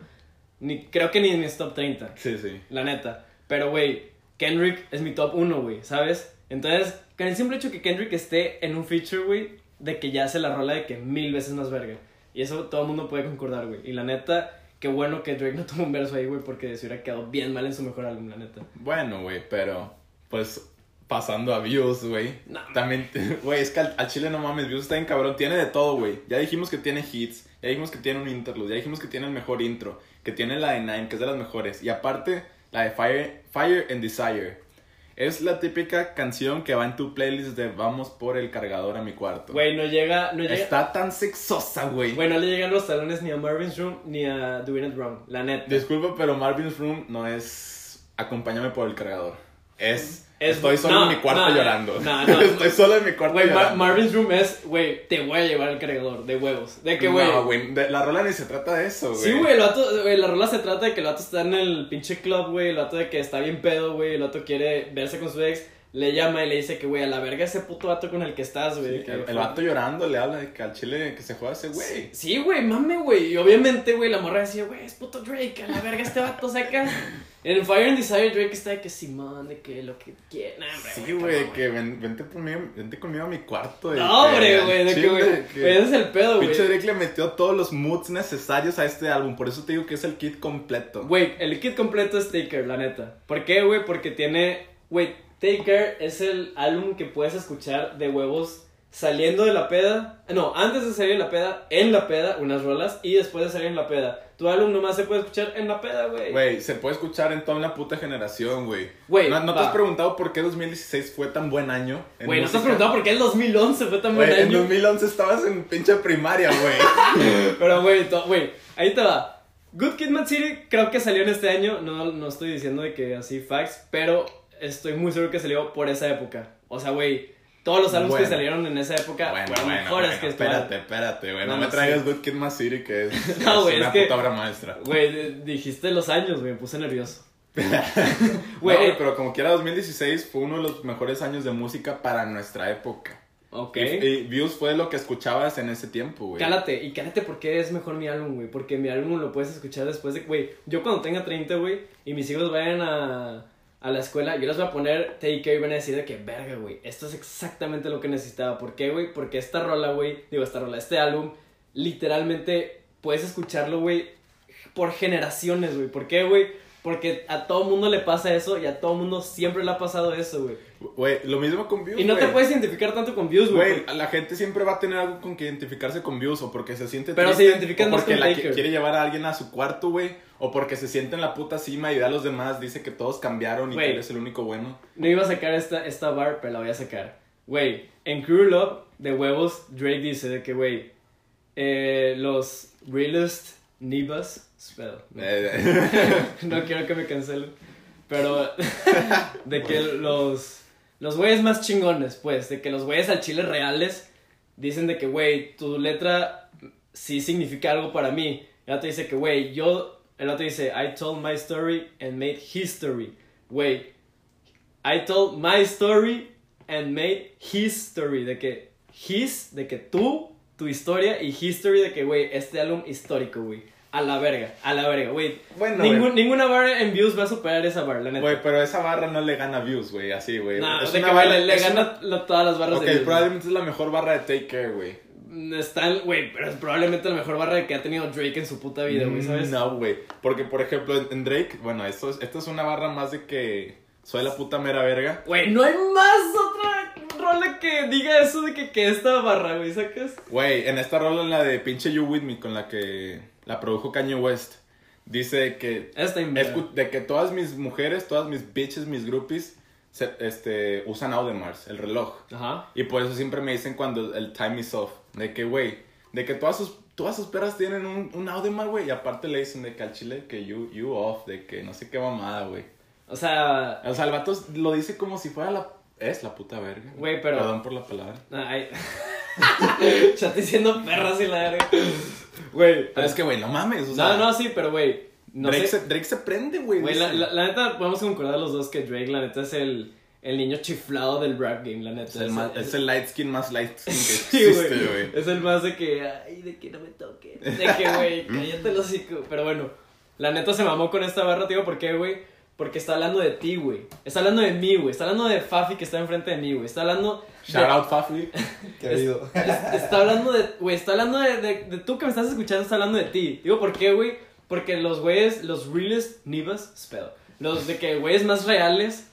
Speaker 2: Ni creo que ni en mis top 30,
Speaker 1: Sí, sí.
Speaker 2: la neta. Pero güey, Kendrick es mi top 1, güey, ¿sabes? Entonces, con el simple hecho que Kendrick esté en un feature, güey, de que ya hace la rola de que mil veces más verga. Y eso todo el mundo puede concordar, güey. Y la neta, qué bueno que Drake no [LAUGHS] tomó un verso ahí, güey, porque se hubiera quedado bien mal en su mejor álbum, la neta.
Speaker 1: Bueno, güey, pero pues pasando a views, güey.
Speaker 2: No.
Speaker 1: También, [LAUGHS] güey, es que al, al chile no mames, views está bien cabrón. Tiene de todo, güey. Ya dijimos que tiene hits, ya dijimos que tiene un interlude, ya dijimos que tiene el mejor intro, que tiene la de Nine, que es de las mejores. Y aparte, la de Fire, Fire and Desire. Es la típica canción que va en tu playlist de Vamos por el cargador a mi cuarto.
Speaker 2: Güey, no llega, no llega.
Speaker 1: Está tan sexosa, güey.
Speaker 2: Güey, no le llegan los talones ni a Marvin's Room ni a Doing It Wrong, la neta.
Speaker 1: Disculpa, pero Marvin's Room no es Acompáñame por el cargador. Es,
Speaker 2: Es-
Speaker 1: Estoy solo
Speaker 2: no,
Speaker 1: en mi cuarto
Speaker 2: no,
Speaker 1: llorando. [LAUGHS]
Speaker 2: no, no.
Speaker 1: estoy solo en mi cuarto
Speaker 2: Güey, Mar-
Speaker 1: llorando.
Speaker 2: Marvin's Room es, güey, te voy a llevar al cargador de huevos. De que, güey.
Speaker 1: No, güey, de- la rola ni se trata de eso, güey.
Speaker 2: Sí, güey, el vato, güey, la rola se trata de que el vato está en el pinche club, güey, el vato de que está bien pedo, güey, el vato quiere verse con su ex, le llama y le dice que, güey, a la verga ese puto vato con el que estás, güey. de que-
Speaker 1: El, el vato llorando le habla de que al chile que se juega ese güey.
Speaker 2: Sí, güey, mame, güey, y obviamente, güey, la morra decía, güey, es puto Drake, a la verga este vato saca. En el Fire and Desire Drake está de que Simón, de que lo que quiera, nah, hombre,
Speaker 1: Sí, güey,
Speaker 2: cómo,
Speaker 1: que ven- vente, conmigo, vente conmigo a mi cuarto. de
Speaker 2: No,
Speaker 1: que
Speaker 2: hombre,
Speaker 1: al
Speaker 2: güey, de que,
Speaker 1: chile,
Speaker 2: güey, güey, ese es el pedo, güey.
Speaker 1: Pinche Drake le metió todos los moods necesarios a este álbum, por eso te digo que es el kit completo.
Speaker 2: Güey, el kit completo es Taker, la neta. ¿Por qué, güey? Porque tiene. Güey, Taker es el álbum que puedes escuchar de huevos saliendo de la peda. No, antes de salir de la peda, en la peda, unas rolas, y después de salir en la peda. Tu álbum nomás se puede escuchar en la peda, güey.
Speaker 1: Güey, se puede escuchar en toda una puta generación, güey.
Speaker 2: Güey,
Speaker 1: ¿No, no te
Speaker 2: va.
Speaker 1: has preguntado por qué 2016 fue tan buen año? en
Speaker 2: Güey, no te
Speaker 1: música?
Speaker 2: has preguntado por qué el 2011 fue tan buen
Speaker 1: Güey, en
Speaker 2: año.
Speaker 1: 2011 estabas en pinche primaria,
Speaker 2: [LAUGHS]
Speaker 1: güey.
Speaker 2: Pero, güey, to- güey, ahí te va. Good Kid Mad City creo que salió en este año. No, no estoy diciendo de que así facts, pero estoy muy seguro que salió por esa época. O sea, güey, todos los álbumes que
Speaker 1: Bueno.
Speaker 2: salieron en esa época fueron mejores que este
Speaker 1: espérate, espérate, güey. No,
Speaker 2: No,
Speaker 1: me
Speaker 2: no,
Speaker 1: traigas
Speaker 2: sí.
Speaker 1: Good Kid Mad City, que es,
Speaker 2: [LAUGHS] No,
Speaker 1: es
Speaker 2: güey,
Speaker 1: una
Speaker 2: es que-
Speaker 1: puta obra maestra.
Speaker 2: Güey, de- dijiste los años, güey, me
Speaker 1: [LAUGHS]
Speaker 2: puse nervioso.
Speaker 1: No,
Speaker 2: Güey,
Speaker 1: Güey, pero como quiera, 2016 fue uno de los mejores años de música para nuestra época.
Speaker 2: ok.
Speaker 1: Y, y Views fue lo que escuchabas en ese tiempo, güey.
Speaker 2: Cálate, y cálate porque es mejor mi álbum, güey. Porque mi álbum lo puedes escuchar después de. Güey, yo cuando tenga 30, güey, y mis hijos vayan a, a la escuela, yo les voy a poner Take Care y van a decir de que, verga, güey, esto es exactamente lo que necesitaba. ¿Por qué, güey? Porque esta rola, güey, digo, esta rola, este álbum, literalmente puedes escucharlo, güey, por generaciones, güey. ¿Por qué, güey? Porque a todo mundo le pasa eso y a todo mundo siempre le ha pasado eso, güey.
Speaker 1: Güey, lo mismo con Views,
Speaker 2: Y no te
Speaker 1: güey.
Speaker 2: puedes identificar tanto con views,
Speaker 1: Güey, la gente siempre va a tener algo con que identificarse con views o porque se siente
Speaker 2: Pero
Speaker 1: triste,
Speaker 2: se identifican
Speaker 1: o
Speaker 2: más
Speaker 1: porque
Speaker 2: con
Speaker 1: la
Speaker 2: Taker.
Speaker 1: qui- quiere llevar a alguien a su cuarto, güey, o porque se siente en la puta cima y ve a los demás, dice que todos cambiaron y
Speaker 2: Güey.
Speaker 1: que él es el único
Speaker 2: [LAUGHS]
Speaker 1: bueno.
Speaker 2: No iba a sacar esta, esta bar, pero la voy a sacar. Güey, en Cruel Love, de huevos, Drake dice de que, güey, eh, los realest nibas. Espera, no,
Speaker 1: Eh, [LAUGHS]
Speaker 2: [LAUGHS] no quiero que me cancelen. Pero, [LAUGHS] de que los. Los güeyes más chingones, pues, de que los güeyes al chile reales dicen de que, güey, tu letra sí significa algo para mí. El vato dice que, güey, yo. El vato dice, I told my story and made history. Güey, I told my story and made history. De que his, de que tú, tu historia y history, de que, güey, este álbum histórico, güey. A la verga, a la verga, güey.
Speaker 1: Bueno,
Speaker 2: Ningún-
Speaker 1: güey.
Speaker 2: ninguna barra en views va a superar esa barra, la neta.
Speaker 1: Güey, pero esa barra no le gana views, güey, así, güey.
Speaker 2: No,
Speaker 1: Es
Speaker 2: de
Speaker 1: una
Speaker 2: que
Speaker 1: barra-
Speaker 2: le, le
Speaker 1: es una-
Speaker 2: gana lo- todas las barras
Speaker 1: Ok,
Speaker 2: de views.
Speaker 1: probablemente es la mejor barra de Take Care, güey.
Speaker 2: güey. Está, el- güey, pero es probablemente la mejor barra que ha tenido Drake en su puta vida, güey, ¿sabes?
Speaker 1: No, güey. Porque, por ejemplo, en- en Drake, bueno, esto es, esto es una barra más de que soy la puta mera verga.
Speaker 2: Güey, no hay más otra rola que diga eso de que, que esta barra, güey, sacas.
Speaker 1: Güey, en esta rola, en la de pinche You With Me, con la que la produjo Kanye West, dice que,
Speaker 2: Esta
Speaker 1: escu- de que todas mis mujeres, todas mis bitches, mis groupies, se- este, usan Audemars, el reloj.
Speaker 2: Ajá.
Speaker 1: Y por eso siempre me dicen cuando el time is off, de que, güey, de que todas sus, todas sus perras tienen un, un Audemars, güey. Y aparte le dicen de que al chile, que you, you off, de que no sé qué mamada, güey.
Speaker 2: O sea,
Speaker 1: O sea, el vato lo dice como si fuera la... Es la puta verga.
Speaker 2: Güey, pero-
Speaker 1: Perdón por la palabra.
Speaker 2: ay. [LAUGHS] ya estoy diciendo perras y la verga. Güey,
Speaker 1: Pero es que, güey, no mames. O sea,
Speaker 2: No, no, sí, pero güey, no
Speaker 1: Drake,
Speaker 2: sé.
Speaker 1: se, Drake se prende, güey.
Speaker 2: Güey,
Speaker 1: dice.
Speaker 2: la, la- la neta, podemos concordar los dos que Drake, la neta, es el, el niño chiflado del rap game, la neta.
Speaker 1: Es el, más- es el light skin más light skin que
Speaker 2: [LAUGHS] Sí,
Speaker 1: existe,
Speaker 2: güey. [LAUGHS]
Speaker 1: güey.
Speaker 2: Es el más de que, ay, de que no me toque. De que,
Speaker 1: [LAUGHS] ¿Mm?
Speaker 2: güey, cállate el hocico. Pero bueno, la neta se mamó con esta barra, tío, ¿por qué, güey? Porque está hablando de ti, güey. Está hablando de mí, güey. Está hablando de Fafi que está enfrente de mí, güey. Está hablando. de-
Speaker 1: Shout out, Fafi.
Speaker 3: Querido.
Speaker 2: es- está hablando de, güey, está hablando de, de, de tú que me estás escuchando, está hablando de ti. Digo, ¿por qué, güey? Porque los güeyes, los realest nivas, spell. Los de que güeyes más reales,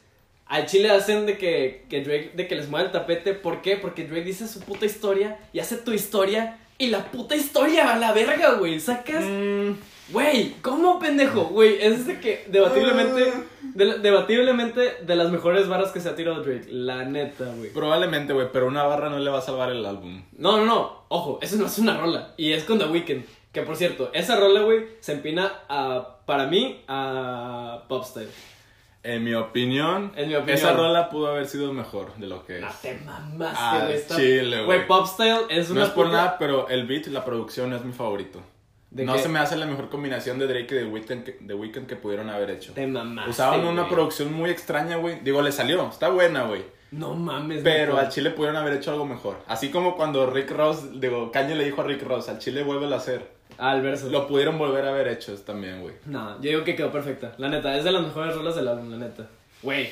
Speaker 2: al chile hacen de que, que Drake, de que les mueva el tapete. ¿Por qué? Porque Drake dice su puta historia y hace tu historia y la puta historia a la verga, güey. Sacas.
Speaker 1: mm,
Speaker 2: Güey, ¿cómo pendejo? Güey, es de que debatiblemente, de- debatiblemente de las mejores barras que se ha tirado Drake. La neta, güey.
Speaker 1: Probablemente, güey, pero una barra no le va a salvar el álbum.
Speaker 2: No, no, no. Ojo, eso no es una rola. Y es con The Weeknd. Que por cierto, esa rola, güey, se empina a, para mí, a Popstyle.
Speaker 1: En mi opinión,
Speaker 2: En mi opinión.
Speaker 1: esa rola pudo haber sido mejor de lo que es.
Speaker 2: No te
Speaker 1: Ah,
Speaker 2: mamaste, güey. está-
Speaker 1: chile, güey.
Speaker 2: Güey, Popstyle es una
Speaker 1: No es por
Speaker 2: puta-
Speaker 1: nada, pero el beat, la producción es mi favorito.
Speaker 2: ¿De
Speaker 1: No
Speaker 2: qué?
Speaker 1: se me hace la mejor combinación de Drake y de Weeknd que, de Weeknd que pudieron haber hecho.
Speaker 2: Te mamaste,
Speaker 1: Usaban una
Speaker 2: güey.
Speaker 1: producción muy extraña, güey. Digo, le salió, está buena, güey.
Speaker 2: No mames,
Speaker 1: Pero
Speaker 2: neta.
Speaker 1: al Chile pudieron haber hecho algo mejor. Así como cuando Rick Ross, digo, Kanye le dijo a Rick Ross, al Chile vuelve a hacer.
Speaker 2: Al verso.
Speaker 1: Lo pudieron volver a haber hecho es también, güey.
Speaker 2: No, yo digo que quedó perfecta. La neta, es de las mejores rolas del álbum, la neta. Güey,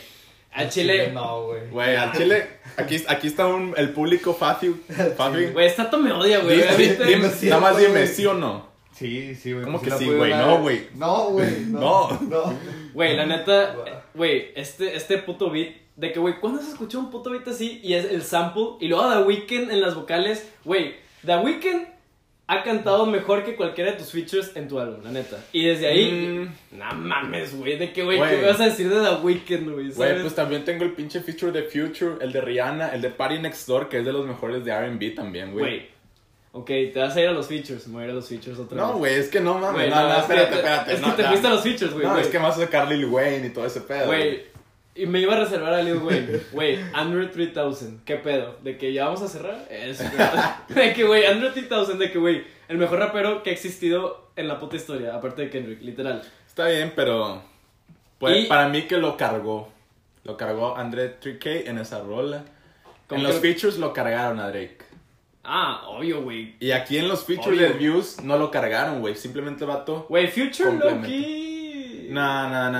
Speaker 2: al chile.
Speaker 3: No, güey.
Speaker 1: Güey, al Chile, aquí, aquí está un- el público Fafi. Fafi.
Speaker 2: Güey, esta to me odia, güey.
Speaker 1: Di- di-
Speaker 2: ¿viste?
Speaker 1: dime-
Speaker 3: Sí,
Speaker 1: Nada más
Speaker 3: güey.
Speaker 1: dime, ¿sí o no?
Speaker 3: Sí, sí, güey.
Speaker 1: ¿Cómo
Speaker 3: pues
Speaker 1: que
Speaker 3: la
Speaker 1: sí,
Speaker 3: pudieron
Speaker 1: güey?
Speaker 3: haber-
Speaker 1: No, güey.
Speaker 3: No, güey.
Speaker 1: No.
Speaker 3: No. No.
Speaker 2: Güey, la neta,
Speaker 3: Guau.
Speaker 2: eh, güey, este, este puto beat, de que, güey, ¿cuándo se escuchó un puto beat así? Y es el sample, y luego The Weeknd en las vocales, güey, The Weeknd ha cantado mejor que cualquiera de tus features en tu álbum, la neta. Y desde ahí, no mames, güey, de que, güey, ¿qué
Speaker 1: Mm. Güey.
Speaker 2: me vas a decir de The Weeknd, güey?
Speaker 1: Güey,
Speaker 2: ¿sabes?
Speaker 1: pues también tengo el pinche feature de Future, el de Rihanna, el de Party Next Door, que es de los mejores de RB también, güey.
Speaker 2: Güey, ok, te vas a ir a los features, me voy a ir a los features otra vez.
Speaker 1: No, güey, es que no mames.
Speaker 2: Güey,
Speaker 1: No, no,
Speaker 2: es que
Speaker 1: espérate,
Speaker 2: te-
Speaker 1: espérate.
Speaker 2: Es que
Speaker 1: no,
Speaker 2: te
Speaker 1: no,
Speaker 2: fuiste a los features, güey.
Speaker 1: No,
Speaker 2: güey.
Speaker 1: es que vas a sacar Lil Wayne y todo ese pedo.
Speaker 2: Güey, y me iba a reservar a Lil Wayne. Güey, Android 3000, ¿qué pedo? ¿De que ya vamos a cerrar? Eso,
Speaker 1: [LAUGHS]
Speaker 2: güey. De que, güey, Android 3000, de que, güey, el mejor rapero que ha existido en la puta historia, aparte de Kendrick, literal.
Speaker 1: Está bien, pero. Pues
Speaker 2: Y-
Speaker 1: para mí que lo cargó. Lo cargó André 3K en esa rola.
Speaker 2: Como
Speaker 1: En
Speaker 2: que-
Speaker 1: los features lo cargaron a Drake.
Speaker 2: Ah, obvio, güey.
Speaker 1: Y aquí en los features
Speaker 2: Obvio.
Speaker 1: de Views no lo cargaron, güey. Simplemente el vato.
Speaker 2: Güey, Future
Speaker 1: Complemento.
Speaker 2: Loki.
Speaker 1: No, no, no, no,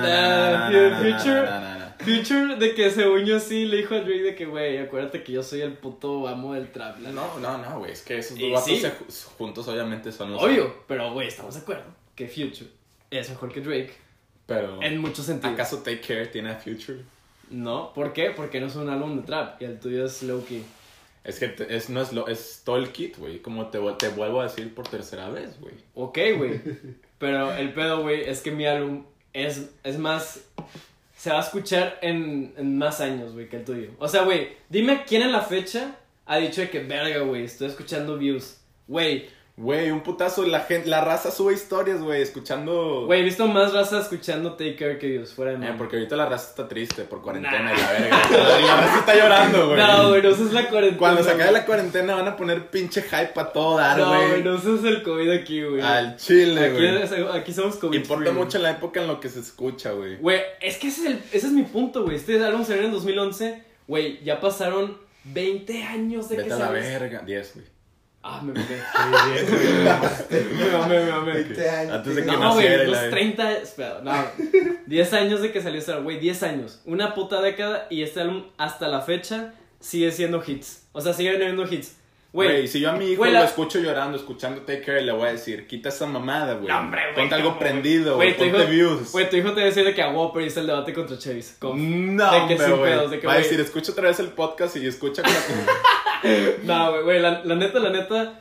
Speaker 1: no, no,
Speaker 2: Nah,
Speaker 1: no, no,
Speaker 2: Future-
Speaker 1: no, no, no, no.
Speaker 2: Future de que según yo sí le dijo a Drake de que, güey, acuérdate que yo soy el puto amo del trap. la
Speaker 1: No, no, no, güey. Es que esos
Speaker 2: Y
Speaker 1: dos vatos
Speaker 2: sí.
Speaker 1: se ju- juntos obviamente son los.
Speaker 2: Obvio, pero, güey, estamos de acuerdo que Future es mejor que Drake
Speaker 1: Pero.
Speaker 2: en muchos sentidos.
Speaker 1: ¿Acaso Take Care tiene a Future?
Speaker 2: No, ¿por qué? Porque no es un álbum de trap y el tuyo es low-key.
Speaker 1: Es que te- es, no es lo. Es todo el kit, güey. Como te, vu- te vuelvo a decir por tercera vez, güey.
Speaker 2: Ok, güey. Pero el pedo, güey, es que mi álbum es, es más... Se va a escuchar en, en más años, güey, que el tuyo. O sea, güey, dime quién en la fecha ha dicho de que, verga, güey, estoy escuchando views. Güey,
Speaker 1: Güey, un putazo. La, gente, la raza sube historias, güey, escuchando.
Speaker 2: Güey, he visto más raza escuchando Take Care que Dios fuera de
Speaker 1: Eh,
Speaker 2: mami.
Speaker 1: porque ahorita la raza está triste por cuarentena
Speaker 2: Nah.
Speaker 1: y la verga. La raza está llorando, güey.
Speaker 2: No, güey, no eso es la cuarentena.
Speaker 1: Cuando se acabe
Speaker 2: güey.
Speaker 1: la cuarentena van a poner pinche hype a todo dar, [LAUGHS]
Speaker 2: No,
Speaker 1: güey.
Speaker 2: güey, no eso es el COVID aquí, güey.
Speaker 1: Al chile,
Speaker 2: Aquí,
Speaker 1: güey.
Speaker 2: aquí somos COVID.
Speaker 1: Importa mucho la época en lo que se escucha, güey.
Speaker 2: Güey, es que ese es, el, ese es mi punto, güey. Este álbum salió en 2011. Güey, ya pasaron 20 años de
Speaker 1: Vete
Speaker 2: que
Speaker 1: a la
Speaker 2: salió.
Speaker 1: verga. 10, güey.
Speaker 2: Ah, me mamé.
Speaker 3: Sí,
Speaker 2: Me mamé, me mamé.
Speaker 3: 20 años.
Speaker 1: Antes de que
Speaker 2: No,
Speaker 1: naciera y
Speaker 2: güey,
Speaker 1: la
Speaker 2: unos
Speaker 1: verga.
Speaker 2: 30, espera, no, 10 años de que salió este álbum, güey, 10 años, una puta década y este álbum hasta la fecha sigue siendo hits, o sea, siguen habiendo hits,
Speaker 1: Güey,
Speaker 2: güey,
Speaker 1: si yo a mi hijo
Speaker 2: güey,
Speaker 1: lo
Speaker 2: la-
Speaker 1: escucho llorando, escuchando Take Care, le voy a decir, quita esa mamada, güey.
Speaker 2: No, hombre, güey,
Speaker 1: Ponte algo
Speaker 2: no,
Speaker 1: prendido,
Speaker 2: güey,
Speaker 1: güey.
Speaker 2: tu hijo,
Speaker 1: Ponte views.
Speaker 2: güey, tu hijo te va a decir de que a Whopper hizo el debate contra Chase, con...
Speaker 1: no,
Speaker 2: de que
Speaker 1: hombre,
Speaker 2: sin
Speaker 1: güey.
Speaker 2: pedos, de que,
Speaker 1: Va a
Speaker 2: güey.
Speaker 1: decir, escucha otra vez el podcast y escucha con la-
Speaker 2: [LAUGHS] no, güey, güey, la, la neta, la neta,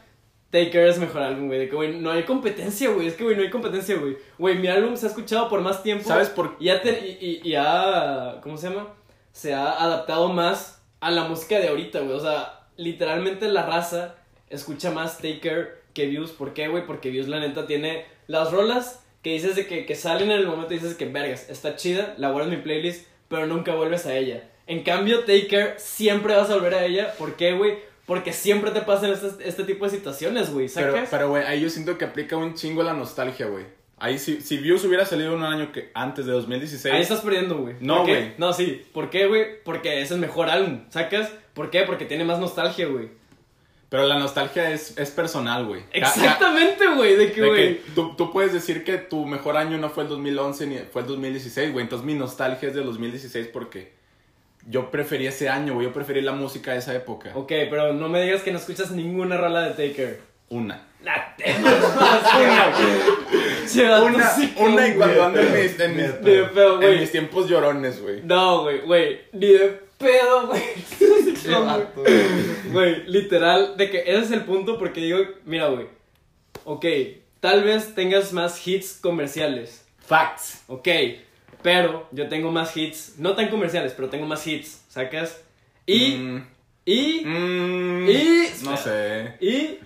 Speaker 2: Take Care es mejor álbum, güey, de que, güey, no hay competencia, güey, es que, güey, no hay competencia, güey, güey, mi álbum se ha escuchado por más tiempo,
Speaker 1: ¿Sabes por
Speaker 2: Y ha, ten- y, y, y ha- ¿Cómo se llama? Se ha adaptado más a la música de ahorita, güey. O sea, literalmente la raza escucha más Taker que Views. ¿Por qué, güey? Porque Views, la neta, tiene las rolas que dices de que, que salen en el momento y dices que, vergas, está chida, la guardas en mi playlist, pero nunca vuelves a ella. En cambio, Taker siempre vas a volver a ella. ¿Por qué, güey? Porque siempre te pasan este, este tipo de situaciones, güey.
Speaker 1: Pero,
Speaker 2: ¿Sacas?
Speaker 1: pero, güey, ahí yo siento que aplica un chingo la nostalgia, güey. Ahí si, si Views hubiera salido un año que antes de 2016.
Speaker 2: Ahí estás perdiendo, güey.
Speaker 1: No,
Speaker 2: ¿Por qué?
Speaker 1: güey.
Speaker 2: No, sí. ¿Por qué, güey? Porque es el mejor álbum. ¿Sacas? ¿Por qué? Porque tiene más nostalgia, güey.
Speaker 1: Pero la nostalgia es, es personal, güey. Ca- ca-
Speaker 2: Exactamente, güey. De que,
Speaker 1: de
Speaker 2: güey.
Speaker 1: que tú, tú puedes decir que tu mejor año no fue el 2011 ni fue el 2016, güey. Entonces mi nostalgia es del 2016 porque yo preferí ese año, güey. Yo preferí la música de esa época.
Speaker 2: Ok, pero no me digas que no escuchas ninguna rola de Taker. [LAUGHS]
Speaker 1: Una.
Speaker 2: La tengo [LAUGHS] más, Una,
Speaker 1: Una, una y cuando ando en mis, en mis-
Speaker 3: Neta.
Speaker 2: De pedo,
Speaker 1: en
Speaker 2: güey.
Speaker 1: mis tiempos llorones, güey.
Speaker 2: No, güey, güey. Ni de pedo, güey.
Speaker 3: Qué
Speaker 2: No, güey.
Speaker 3: vato, güey.
Speaker 2: [LAUGHS] Güey, literal, de que ese es el punto porque digo, mira, güey. Ok, tal vez tengas más hits comerciales.
Speaker 1: Facts.
Speaker 2: Ok, pero yo tengo más hits, no tan comerciales, pero tengo más hits, ¿sacas? Y,
Speaker 1: Mm,
Speaker 2: y,
Speaker 1: mm,
Speaker 2: y...
Speaker 1: no sé.
Speaker 2: Y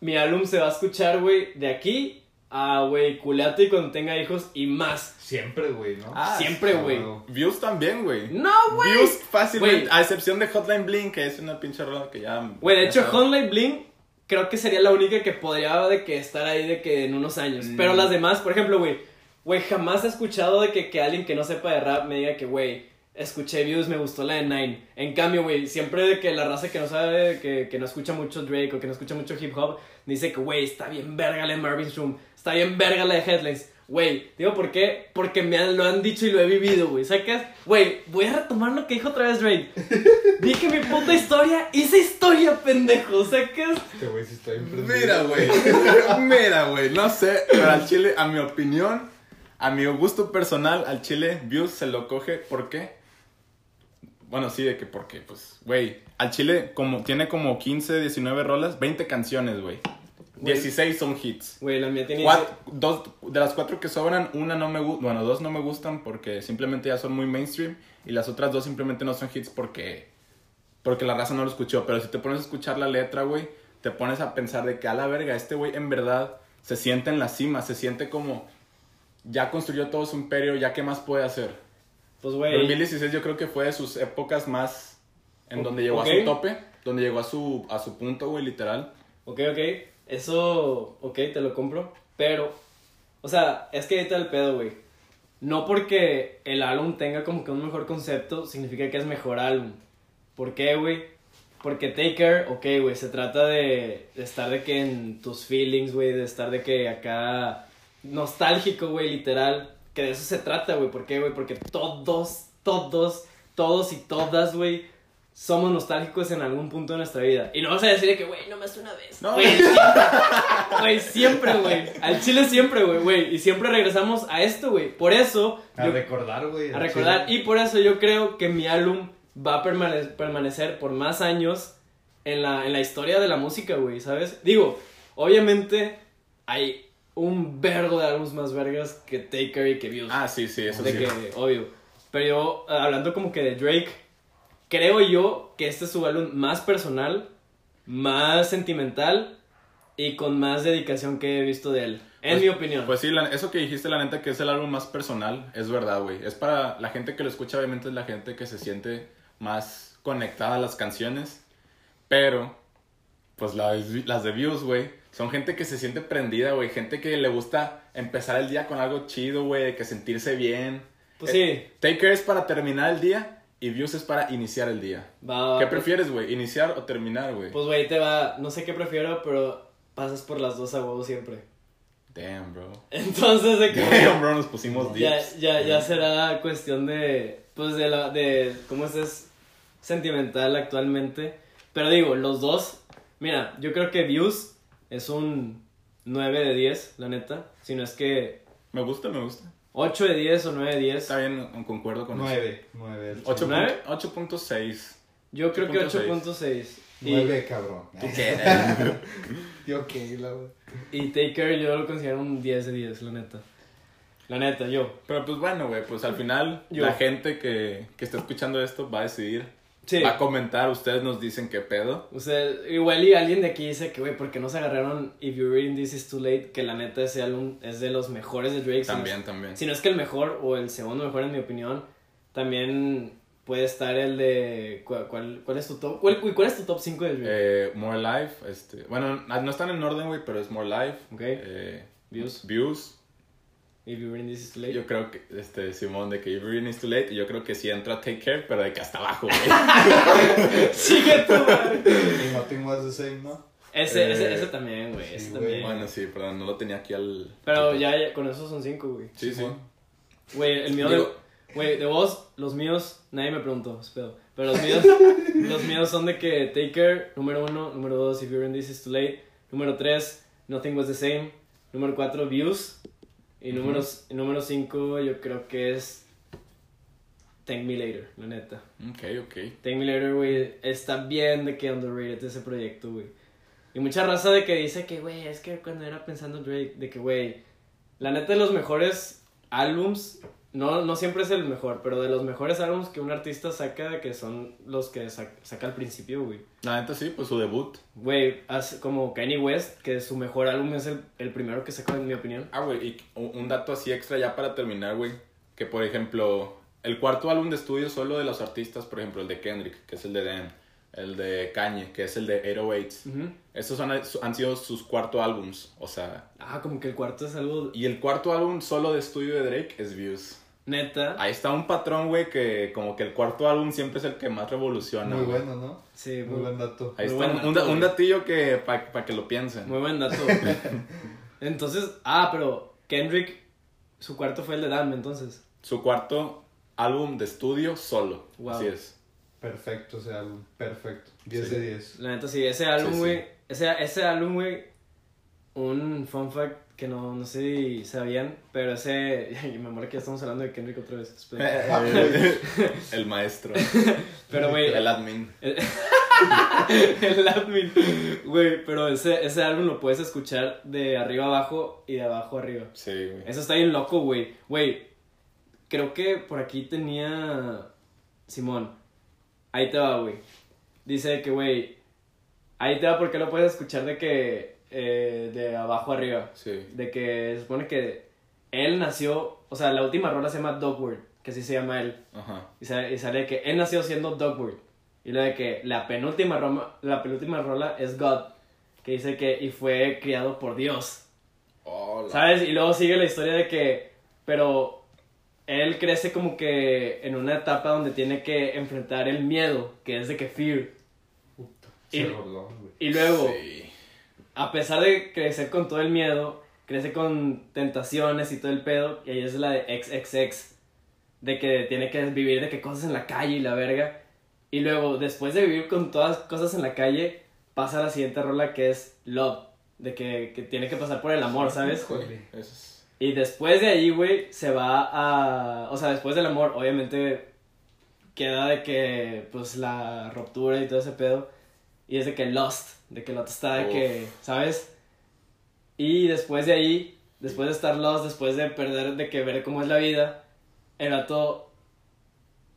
Speaker 2: mi álbum se va a escuchar, güey, de aquí a, güey, culeate y cuando tenga hijos y más.
Speaker 3: Siempre, güey, ¿no?
Speaker 1: Ah,
Speaker 2: Siempre,
Speaker 3: sí,
Speaker 2: güey.
Speaker 3: claro.
Speaker 1: Views también, güey.
Speaker 2: No, güey.
Speaker 1: Views fácilmente,
Speaker 2: Güey.
Speaker 1: a excepción de Hotline Blink, que es una pinche rola que ya...
Speaker 2: Güey, de
Speaker 1: ya
Speaker 2: hecho,
Speaker 1: sabe.
Speaker 2: Hotline Bling creo que sería la única que podría de que estar ahí de que en unos años.
Speaker 1: Mm.
Speaker 2: Pero las demás, por ejemplo, güey, güey, jamás he escuchado de que, que alguien que no sepa de rap me diga que, güey, escuché Views, me gustó la de Nine. En cambio, güey, siempre de que la raza que no sabe, que, que no escucha mucho Drake o que no escucha mucho hip hop, dice que, güey, está bien verga la de Marvin's Room, está bien verga la de Headlines. Güey, digo, ¿por qué? Porque me han- lo han dicho y lo he vivido, güey. ¿Sacas? Güey, voy a retomar lo que dijo otra vez Drake. Dije mi puta historia, hice historia, pendejo, ¿sacas?
Speaker 3: Este güey sí está bien prendido.
Speaker 1: Mira, güey. [LAUGHS] Mira, güey. No sé, pero al chile, a mi opinión, a mi gusto personal, al chile, Views se lo coge. ¿Por qué? Bueno, sí, de que por qué, pues, güey. Al chile como, tiene como 15, 19 rolas, 20 canciones, güey.
Speaker 2: Güey.
Speaker 1: 16 son hits.
Speaker 2: Güey, la mía tiene...
Speaker 1: Cuat- dos, de las cuatro que sobran, una no me gusta, bueno, dos no me gustan porque simplemente ya son muy mainstream y las otras dos simplemente no son hits porque porque la raza no lo escuchó, pero si te pones a escuchar la letra, güey, te pones a pensar de que a la verga este güey en verdad se siente en la cima, se siente como ya construyó todo su imperio, ya qué más puede hacer.
Speaker 2: Pues, güey,
Speaker 1: 2016 yo creo que fue de sus épocas más en donde llegó
Speaker 2: Ok.
Speaker 1: a su tope, donde llegó a su a su punto, güey, literal.
Speaker 2: ok, ok, eso, ok, te lo compro, pero, o sea, es que ahí está el pedo, güey. No porque el álbum tenga como que un mejor concepto, significa que es mejor álbum. ¿Por qué, güey? Porque Taker, ok, güey, se trata de, de estar de que en tus feelings, güey, de estar de que acá nostálgico, güey, literal. Que de eso se trata, güey. ¿Por qué, güey? Porque todos, todos, todos y todas, güey, somos nostálgicos en algún punto de nuestra vida. Y no vas a decir de que, güey, nomás una vez.
Speaker 1: No.
Speaker 2: Güey, siempre, güey, siempre, güey. Al chile siempre, güey, güey. Y siempre regresamos a esto, güey. Por eso...
Speaker 3: A
Speaker 2: yo-
Speaker 3: recordar, güey.
Speaker 2: a recordar. Y por eso yo creo que mi álbum va a permane- permanecer por más años en la, en la historia de la música, güey, ¿sabes? Digo, obviamente hay un vergo de álbumes más vergas que Taker y que Views.
Speaker 1: Ah, sí, sí, eso
Speaker 2: de
Speaker 1: sí.
Speaker 2: que, obvio. Pero yo, eh, hablando como que de Drake, creo yo que este es su álbum más personal, más sentimental y con más dedicación que he visto de él, en mi opinión.
Speaker 1: Pues sí, la- eso que dijiste, la neta, que es el álbum más personal, es verdad, güey. Es para la gente que lo escucha, obviamente es la gente que se siente más conectada a las canciones. Pero, pues las, las de views, güey, son gente que se siente prendida, güey. Gente que le gusta empezar el día con algo chido, güey, que sentirse bien.
Speaker 2: Pues
Speaker 1: Eh, Taker es para terminar el día y views es para iniciar el día.
Speaker 2: Va, va,
Speaker 1: ¿Qué
Speaker 2: pues-
Speaker 1: prefieres, güey? ¿Iniciar o terminar, güey?
Speaker 2: Pues güey, te va, no sé qué prefiero, pero pasas por las dos a huevo siempre. [LAUGHS]
Speaker 1: Damn, bro. [LAUGHS]
Speaker 2: Entonces de que
Speaker 1: Damn, bro, nos pusimos
Speaker 2: ya,
Speaker 1: deeps.
Speaker 2: ya, ya será cuestión de pues de la de cómo estés sentimental actualmente, pero digo, los dos, mira, yo creo que Views es un 9 de 10, la neta, si no es que
Speaker 1: Me gusta, me gusta.
Speaker 2: 8 de 10 o 9 de 10.
Speaker 1: Está bien, concuerdo con eso.
Speaker 3: 9. 9.
Speaker 1: Ocho
Speaker 2: ¿Nueve?
Speaker 1: punto- 8.6.
Speaker 2: Yo creo que 8.6.
Speaker 1: 8.6.
Speaker 2: Y,
Speaker 3: 9, cabrón. Yo qué, la verdad.
Speaker 2: y Taker yo lo considero un 10 de 10, la neta. La neta, yo.
Speaker 1: [LAUGHS] Pero pues bueno, güey, pues al final
Speaker 2: Yo.
Speaker 1: la gente que, que está escuchando esto va a decidir,
Speaker 2: Sí.
Speaker 1: va a comentar, ustedes nos dicen qué pedo.
Speaker 2: O sea, igual y alguien de aquí dice que, güey, porque no se agarraron If You're Reading This Is Too Late, que la neta ese álbum es de los mejores de Drake. si no-
Speaker 1: También, también.
Speaker 2: Si no es que el mejor o el segundo mejor en mi opinión, también puede estar el de... ¿Cuál, cuál, cuál es tu top? ¿Cuál, uy, ¿cuál es tu top 5 de Drake?
Speaker 1: Eh, More Life, este, bueno, no están en orden, güey, pero es More Life.
Speaker 2: Ok.
Speaker 1: Eh,
Speaker 2: Views.
Speaker 1: Views.
Speaker 2: If You're Reading This Is Too Late.
Speaker 1: Yo creo que, este, Simón, de que Everything is too late, yo creo que sí entra Take Care, pero de que hasta abajo, güey.
Speaker 2: [LAUGHS] ¡Sigue tú, güey!
Speaker 3: Y Nothing was the same, ¿no?
Speaker 2: Ese, ese,
Speaker 1: Eh,
Speaker 2: ese también, güey. Ese
Speaker 3: sí, güey,
Speaker 2: también.
Speaker 1: bueno, sí, perdón, no lo tenía aquí al...
Speaker 2: Pero ya, ya, con eso son 5, güey.
Speaker 1: Sí, sí.
Speaker 3: Simón.
Speaker 2: Güey, el mío
Speaker 1: Digo-
Speaker 2: de. Güey, de vos, los míos, nadie me preguntó, es pedo. Pero los míos, los míos son de que Taker, número uno, número dos, If You're in This Is Too Late, número tres, Nothing Was the Same, número cuatro, Views, y número, número cinco, yo creo que es. Thank Me Later, la neta.
Speaker 1: Ok, ok.
Speaker 2: Thank Me Later, güey, está bien de que underrated ese proyecto, güey. Y mucha raza de que dice que, güey, es que cuando era pensando Drake, de que, güey, la neta de los mejores álbums, no, no siempre es el mejor, pero de los mejores álbums que un artista saca, de que son los que sa- saca al principio, güey.
Speaker 1: La neta sí, pues su debut.
Speaker 2: Güey, as- como Kanye West, que su mejor álbum es el, el primero que sacó, en mi opinión.
Speaker 1: Ah, güey, y un un dato así extra ya para terminar, güey. Que por ejemplo, el cuarto álbum de estudio solo de los artistas, por ejemplo, el de Kendrick, que es el de Dan, el de Kanye, que es el de 808s.
Speaker 2: Ujú.
Speaker 1: Estos han, han sido sus cuarto álbums, o sea.
Speaker 2: Ah, como que el cuarto es algo
Speaker 1: Y el cuarto álbum solo de estudio de Drake es Views.
Speaker 2: neta.
Speaker 1: Ahí está un patrón, güey, que como que el cuarto álbum siempre es el que más revoluciona.
Speaker 3: Muy
Speaker 1: güey.
Speaker 3: bueno, ¿no?
Speaker 2: Sí,
Speaker 3: Muy
Speaker 2: muy,
Speaker 3: buen dato.
Speaker 1: Ahí
Speaker 2: Muy
Speaker 1: está
Speaker 2: buen
Speaker 1: un, un
Speaker 2: dato,
Speaker 1: da- un
Speaker 2: güey.
Speaker 1: datillo que para que lo piensen.
Speaker 2: Muy
Speaker 1: [LAUGHS]
Speaker 2: buen dato. entonces, ah, pero Kendrick, su cuarto fue el de Dame, entonces.
Speaker 1: Su cuarto álbum de estudio solo.
Speaker 2: Wow.
Speaker 1: Así es.
Speaker 3: Perfecto ese álbum. Perfecto. 10
Speaker 1: Sí.
Speaker 3: de 10.
Speaker 2: La neta, sí, ese álbum,
Speaker 1: sí.
Speaker 2: güey. Ese, ese álbum, güey. Un fun fact que no, no sé si sabían, pero ese. [LAUGHS] y Me muero que ya estamos hablando de Kendrick otra vez. espera.
Speaker 1: [LAUGHS] el maestro,
Speaker 2: Pero, güey. eh,
Speaker 1: el admin.
Speaker 2: [LAUGHS] el admin. Güey, pero ese, ese álbum lo puedes escuchar de arriba abajo y de abajo arriba.
Speaker 1: Sí, güey.
Speaker 2: Eso está bien loco, güey. Güey, creo que por aquí tenía Simón. Ahí te va, güey. Dice que, güey, ahí te va porque lo puedes escuchar de que eh, de abajo arriba.
Speaker 1: Sí.
Speaker 2: De que se supone que él nació, o sea, la última rola se llama Dogword, que así se llama él.
Speaker 1: Ajá.
Speaker 2: Y sale, y sale de que él nació siendo Dogwood. Y lo de que la penúltima, roma- la penúltima rola es God, que dice que y fue criado por Dios.
Speaker 1: Hola.
Speaker 2: ¿Sabes? Y luego sigue la historia de que, pero él crece como que en una etapa donde tiene que enfrentar el miedo, que es de que fear.
Speaker 3: Puta.
Speaker 2: Y-
Speaker 3: Se roló, güey.
Speaker 2: Y luego,
Speaker 1: Sí.
Speaker 2: a pesar de crecer con todo el miedo, crece con tentaciones y todo el pedo, y ahí es la de XXX, de que tiene que vivir de que cosas en la calle y la verga. Y luego, después de vivir con todas cosas en la calle, pasa la siguiente rola que es Love, de que, que tiene que pasar por el amor, ¿sabes?
Speaker 1: Híjole, eso es-
Speaker 2: Y después de ahí, güey, se va a... O sea, después del amor, obviamente queda de que, pues, la ruptura y todo ese pedo. Y es de que Lost, de que Lost está de
Speaker 1: Uf.
Speaker 2: que, ¿sabes? Y después de ahí, después de estar Lost, después de perder, de que ver cómo es la vida, el vato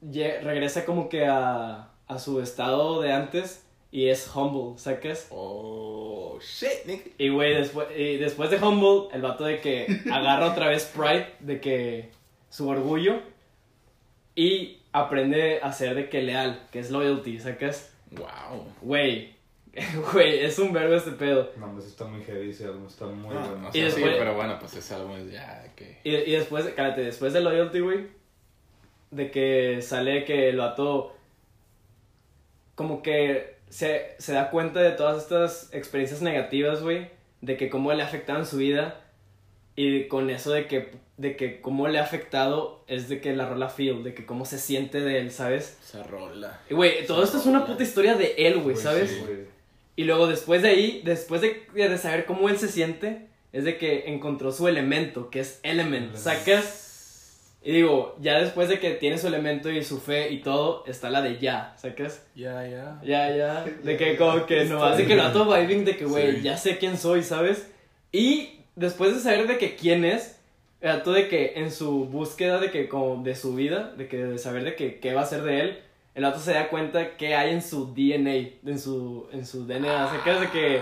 Speaker 2: lle- regresa como que a, a su estado de antes y es Humble, ¿sacas?
Speaker 1: Oh, shit, nigga.
Speaker 2: Y, güey, después, y después de Humble, el vato de que agarra otra vez Pride, de que su orgullo, y aprende a ser de que leal, que es loyalty, ¿sacas?
Speaker 1: Wow.
Speaker 2: Güey, [LAUGHS] güey, es un verbo este pedo.
Speaker 4: No, pues está muy heavy ese álbum, está muy bueno.
Speaker 1: No, o sea,
Speaker 2: Ah, Y después-
Speaker 1: sí, pero bueno, pues ese álbum es ya que.
Speaker 2: Y, y después, cállate, después de Loyalty, güey, de que sale que el vato como que se, se da cuenta de todas estas experiencias negativas, güey, de que cómo le afectaron su vida y con eso de que, de que cómo le ha afectado es de que la rola feel, de que cómo se siente de él, ¿sabes?
Speaker 1: Se rola.
Speaker 2: Y, Güey, todo esto es una puta historia de él, güey,
Speaker 4: Güey,
Speaker 2: ¿sabes?
Speaker 4: sí, güey.
Speaker 2: Y luego después de ahí, después de, de saber cómo él se siente, es de que encontró su elemento, que es element, sacas. Y digo, ya después de que tiene su elemento y su fe y todo, está la de ya, sacas.
Speaker 1: Ya, ya.
Speaker 2: Ya, ya. De que como que no, hace que lo ato vibing de que, güey,
Speaker 1: Sí.
Speaker 2: ya sé quién soy, ¿sabes? Y después de saber de que quién es, el vato de que en su búsqueda de que como de su vida, de que de saber de que qué va a ser de él, el vato se da cuenta que hay en su DNA, en su, en su DNA, o sea, que es de que...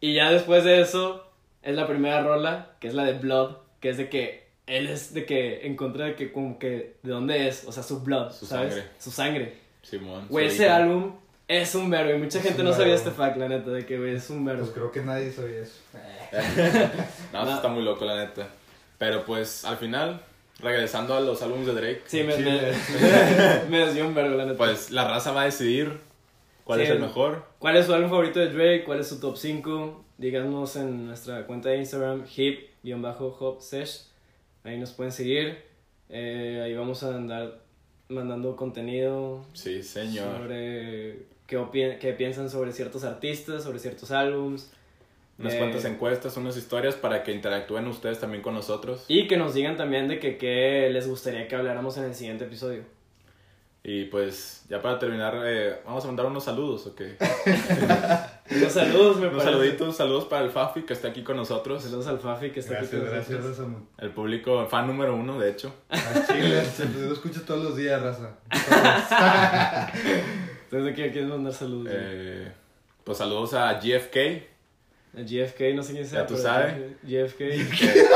Speaker 2: Y ya después de eso, es la primera rola, que es la de Blood, que es de que él es de que en contra de que como que de dónde es, o sea, su blood,
Speaker 1: Su
Speaker 2: ¿sabes?
Speaker 1: sangre.
Speaker 2: Su sangre.
Speaker 1: Simón.
Speaker 2: Güey,
Speaker 1: su
Speaker 2: ese
Speaker 1: hija. [LAUGHS]
Speaker 2: álbum es un verbo y mucha
Speaker 4: Es
Speaker 2: gente
Speaker 4: un
Speaker 2: no sabía
Speaker 4: verbo.
Speaker 2: este fact, la neta, de que, güey, es un verbo.
Speaker 4: Pues creo que nadie sabía eso.
Speaker 1: No, eso está muy loco, la neta. Pero pues, al final, regresando a los álbumes de Drake,
Speaker 2: Sí, me,
Speaker 4: Sí,
Speaker 1: [LAUGHS]
Speaker 2: me, me desvió un verbo, la neta.
Speaker 1: pues la raza va a decidir cuál
Speaker 2: Sí,
Speaker 1: es el
Speaker 2: el-
Speaker 1: mejor.
Speaker 2: ¿Cuál es su álbum favorito de Drake? ¿Cuál es su top 5? Díganos en nuestra cuenta de Instagram, hip-hop-sesh. Ahí nos pueden seguir. Eh, ahí vamos a andar mandando contenido
Speaker 1: Sí, señor.
Speaker 2: sobre qué, opi- qué piensan sobre ciertos artistas, sobre ciertos álbums.
Speaker 1: Unas
Speaker 2: Eh,
Speaker 1: cuantas encuestas, unas historias para que interactúen ustedes también con nosotros.
Speaker 2: Y que nos digan también de que qué les gustaría que habláramos en el siguiente episodio.
Speaker 1: Y pues, ya para terminar, eh, vamos a mandar unos saludos, ¿ok?
Speaker 2: Unos saludos, [LAUGHS] me
Speaker 1: Unos
Speaker 2: parece.
Speaker 1: saluditos, saludos para el Fafi que está aquí con nosotros.
Speaker 2: Saludos al Fafi que está aquí
Speaker 4: Gracias,
Speaker 2: con
Speaker 4: gracias,
Speaker 2: nosotros.
Speaker 4: Raza. man.
Speaker 1: El público, fan número uno, de hecho.
Speaker 4: Al [LAUGHS] Chile, se- lo escucho todos los días, Raza.
Speaker 2: Entonces, ¿quién quieres mandar saludos? güey?
Speaker 1: Eh, pues saludos a GFK,
Speaker 2: A GFK, no sé quién sea.
Speaker 1: tú
Speaker 2: pero
Speaker 1: sabes. [LAUGHS]
Speaker 2: GFK. [LAUGHS]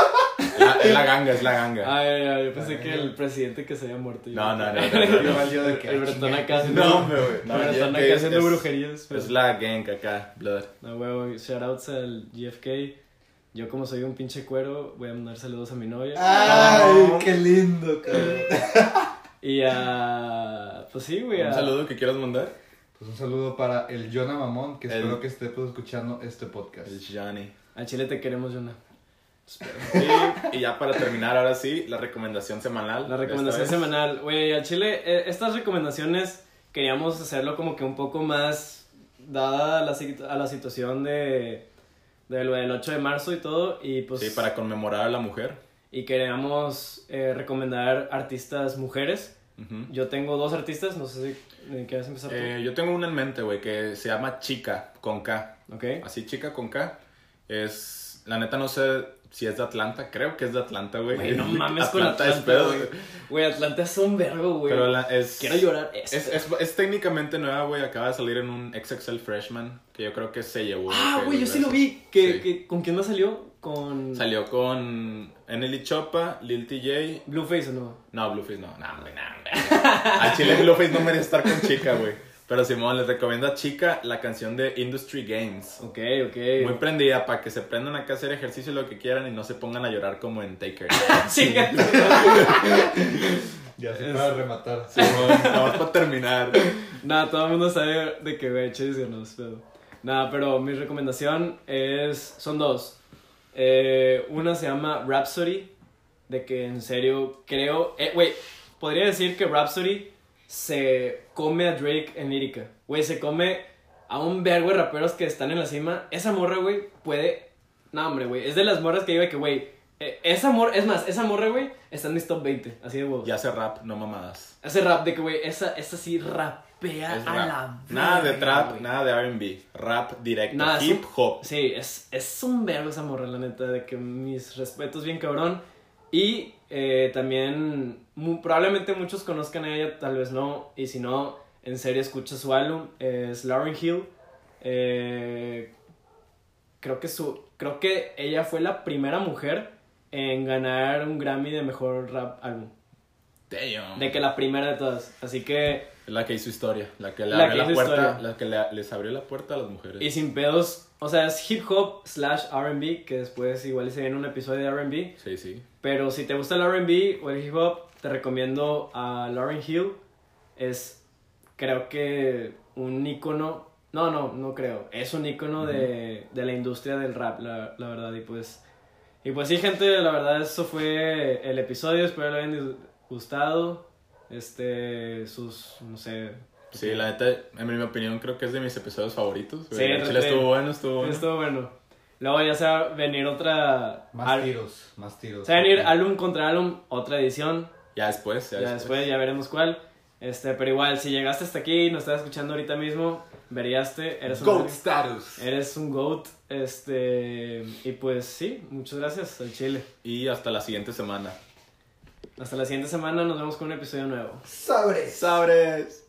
Speaker 1: La- es la ganga, es la ganga.
Speaker 2: Ay, ay, Ah, yo pensé que el presidente que se había muerto. yo.
Speaker 1: Ah, No, no,
Speaker 2: [LAUGHS]
Speaker 1: no, no, no,
Speaker 4: Igual yo de que,
Speaker 2: El Bretón acá haciendo,
Speaker 1: No, hombre, güey.
Speaker 2: "Ah, el Bretón
Speaker 1: GFK
Speaker 2: acá
Speaker 1: es-
Speaker 2: haciendo
Speaker 1: es-
Speaker 2: brujerías. pero-
Speaker 1: Es la gang acá, blood.
Speaker 2: No, huevo, shoutouts al GFK. Yo, como soy un pinche cuero, voy a mandar saludos a mi novia.
Speaker 3: Ah. Ay, qué lindo, cabrón.
Speaker 2: Y a. Pues sí, güey.
Speaker 1: Un
Speaker 2: a-
Speaker 1: saludo que quieras mandar.
Speaker 4: Pues un saludo para el Jonah Mamón, que
Speaker 1: El-
Speaker 4: espero que esté pues, escuchando este podcast.
Speaker 1: El Johnny.
Speaker 2: Al Chile te queremos, Jonah.
Speaker 1: Y, y ya para terminar, ahora sí, la recomendación semanal.
Speaker 2: La recomendación
Speaker 1: de esta vez.
Speaker 2: semanal. Güey, al chile, eh, estas recomendaciones queríamos hacerlo como que un poco más dada a la, situ- a la situación de, de lo del 8 de marzo y todo. Y pues.
Speaker 1: Sí, para conmemorar a la mujer.
Speaker 2: Y queríamos eh, recomendar artistas mujeres.
Speaker 1: Ujú.
Speaker 2: Yo tengo dos artistas, no sé si eh, quieres empezar tú.
Speaker 1: Eh, yo tengo una en mente, güey, que se llama Chica, con K.
Speaker 2: ok.
Speaker 1: Así, Chica con K. Es. La neta, no sé si es de Atlanta. Creo que es de Atlanta, güey.
Speaker 2: Güey, no mames con Atlanta,
Speaker 1: es pedo,
Speaker 2: güey. Güey, Atlanta es un vergo, güey.
Speaker 1: Pero la- es.
Speaker 2: Quiero llorar.
Speaker 1: Es, es- es técnicamente nueva, güey. Acaba de salir en un XXL Freshman. Que yo creo que se llevó.
Speaker 2: ah,
Speaker 1: que
Speaker 2: güey, yo
Speaker 1: dos
Speaker 2: sí lo
Speaker 1: veces.
Speaker 2: vi. Que,
Speaker 1: Sí.
Speaker 2: que- ¿Con quién más salió? Con.
Speaker 1: Salió con Enely Chopa, Lil TJ.
Speaker 2: Blueface o no.
Speaker 1: No, Blueface no. No, güey, no,
Speaker 2: [LAUGHS]
Speaker 1: güey. A Chile Blueface no merece estar con chica, güey. Pero Simón, les recomiendo a Chica la canción de Industry Games.
Speaker 2: Ok, ok.
Speaker 1: Muy prendida para que se prendan acá a hacer ejercicio lo que quieran y no se pongan a llorar como en
Speaker 2: [LAUGHS]
Speaker 1: Taker. [LAUGHS]
Speaker 2: Chinga.
Speaker 4: Ya se para rematar.
Speaker 1: Simón, no, para terminar.
Speaker 2: Nada, todo el mundo sabe de que güey, Chase ganó, es pedo. Nada, pero mi recomendación es. Son dos. Eh, una se llama Rhapsody. De que en serio creo. eh, Güey, podría decir que Rhapsody se come a Drake en lírica. Güey, se come a un vergo de raperos que están en la cima. Esa morra, güey, puede. No, hombre, güey. Es de las morras que digo de que, güey. eh, esa morra, es más, esa morra, güey, está en mis top 20. Así de huevos.
Speaker 1: Y hace rap, no mamadas.
Speaker 2: Hace rap de que, güey, esa, esa sí rapea
Speaker 1: Es
Speaker 2: a
Speaker 1: rap.
Speaker 2: la
Speaker 1: Nada de
Speaker 2: verga,
Speaker 1: trap,
Speaker 2: güey.
Speaker 1: nada de RB. Rap directo.
Speaker 2: Nada,
Speaker 1: Hip hop.
Speaker 2: Sí, es, es un verbo esa morra, la neta, de que mis respetos bien cabrón. Y eh, también mu- probablemente muchos conozcan a ella, tal vez no. Y si no, en serio escucha su álbum. Es Lauren Hill. Eh, creo, que su, creo que ella fue la primera mujer en ganar un Grammy de mejor rap álbum.
Speaker 1: Damn.
Speaker 2: De que la primera de todas. Así que,
Speaker 1: La que hizo historia, la que le
Speaker 2: La que
Speaker 1: abrió la
Speaker 2: hizo
Speaker 1: puerta,
Speaker 2: historia.
Speaker 1: la que le- les abrió la puerta a las mujeres.
Speaker 2: y sin pedos. O sea, es hip hop slash RB. Que después igual se viene un episodio de RB.
Speaker 1: Sí, sí.
Speaker 2: Pero si te gusta el RB o el hip hop, te recomiendo a Lauren Hill. Es, creo que, un ícono. No, no, no creo. Es un ícono de, de la industria del rap, la, la verdad. Y pues, y pues sí, gente, la verdad, eso fue el episodio. Espero le hayan gustado. Este, sus, no sé.
Speaker 1: Sí, la neta, en mi opinión, creo que es de mis episodios favoritos. güey.
Speaker 2: Sí,
Speaker 1: El Chile
Speaker 2: realmente.
Speaker 1: estuvo bueno, estuvo bueno.
Speaker 2: Estuvo bueno. Luego ya se va a venir otra.
Speaker 4: Más
Speaker 2: al-
Speaker 4: tiros, más tiros.
Speaker 2: se va a venir álbum contra álbum, otra edición.
Speaker 1: Ya después, ya,
Speaker 2: Ya después ya veremos cuál. Este, pero igual, si llegaste hasta aquí y nos estás escuchando ahorita mismo, veríaste, eres un
Speaker 1: Goat status.
Speaker 2: Eres un GOAT. Este, y pues sí, muchas gracias al Chile.
Speaker 1: Y hasta la siguiente semana.
Speaker 2: Hasta la siguiente semana, nos vemos con un episodio nuevo.
Speaker 3: Sobres.
Speaker 1: Sabres.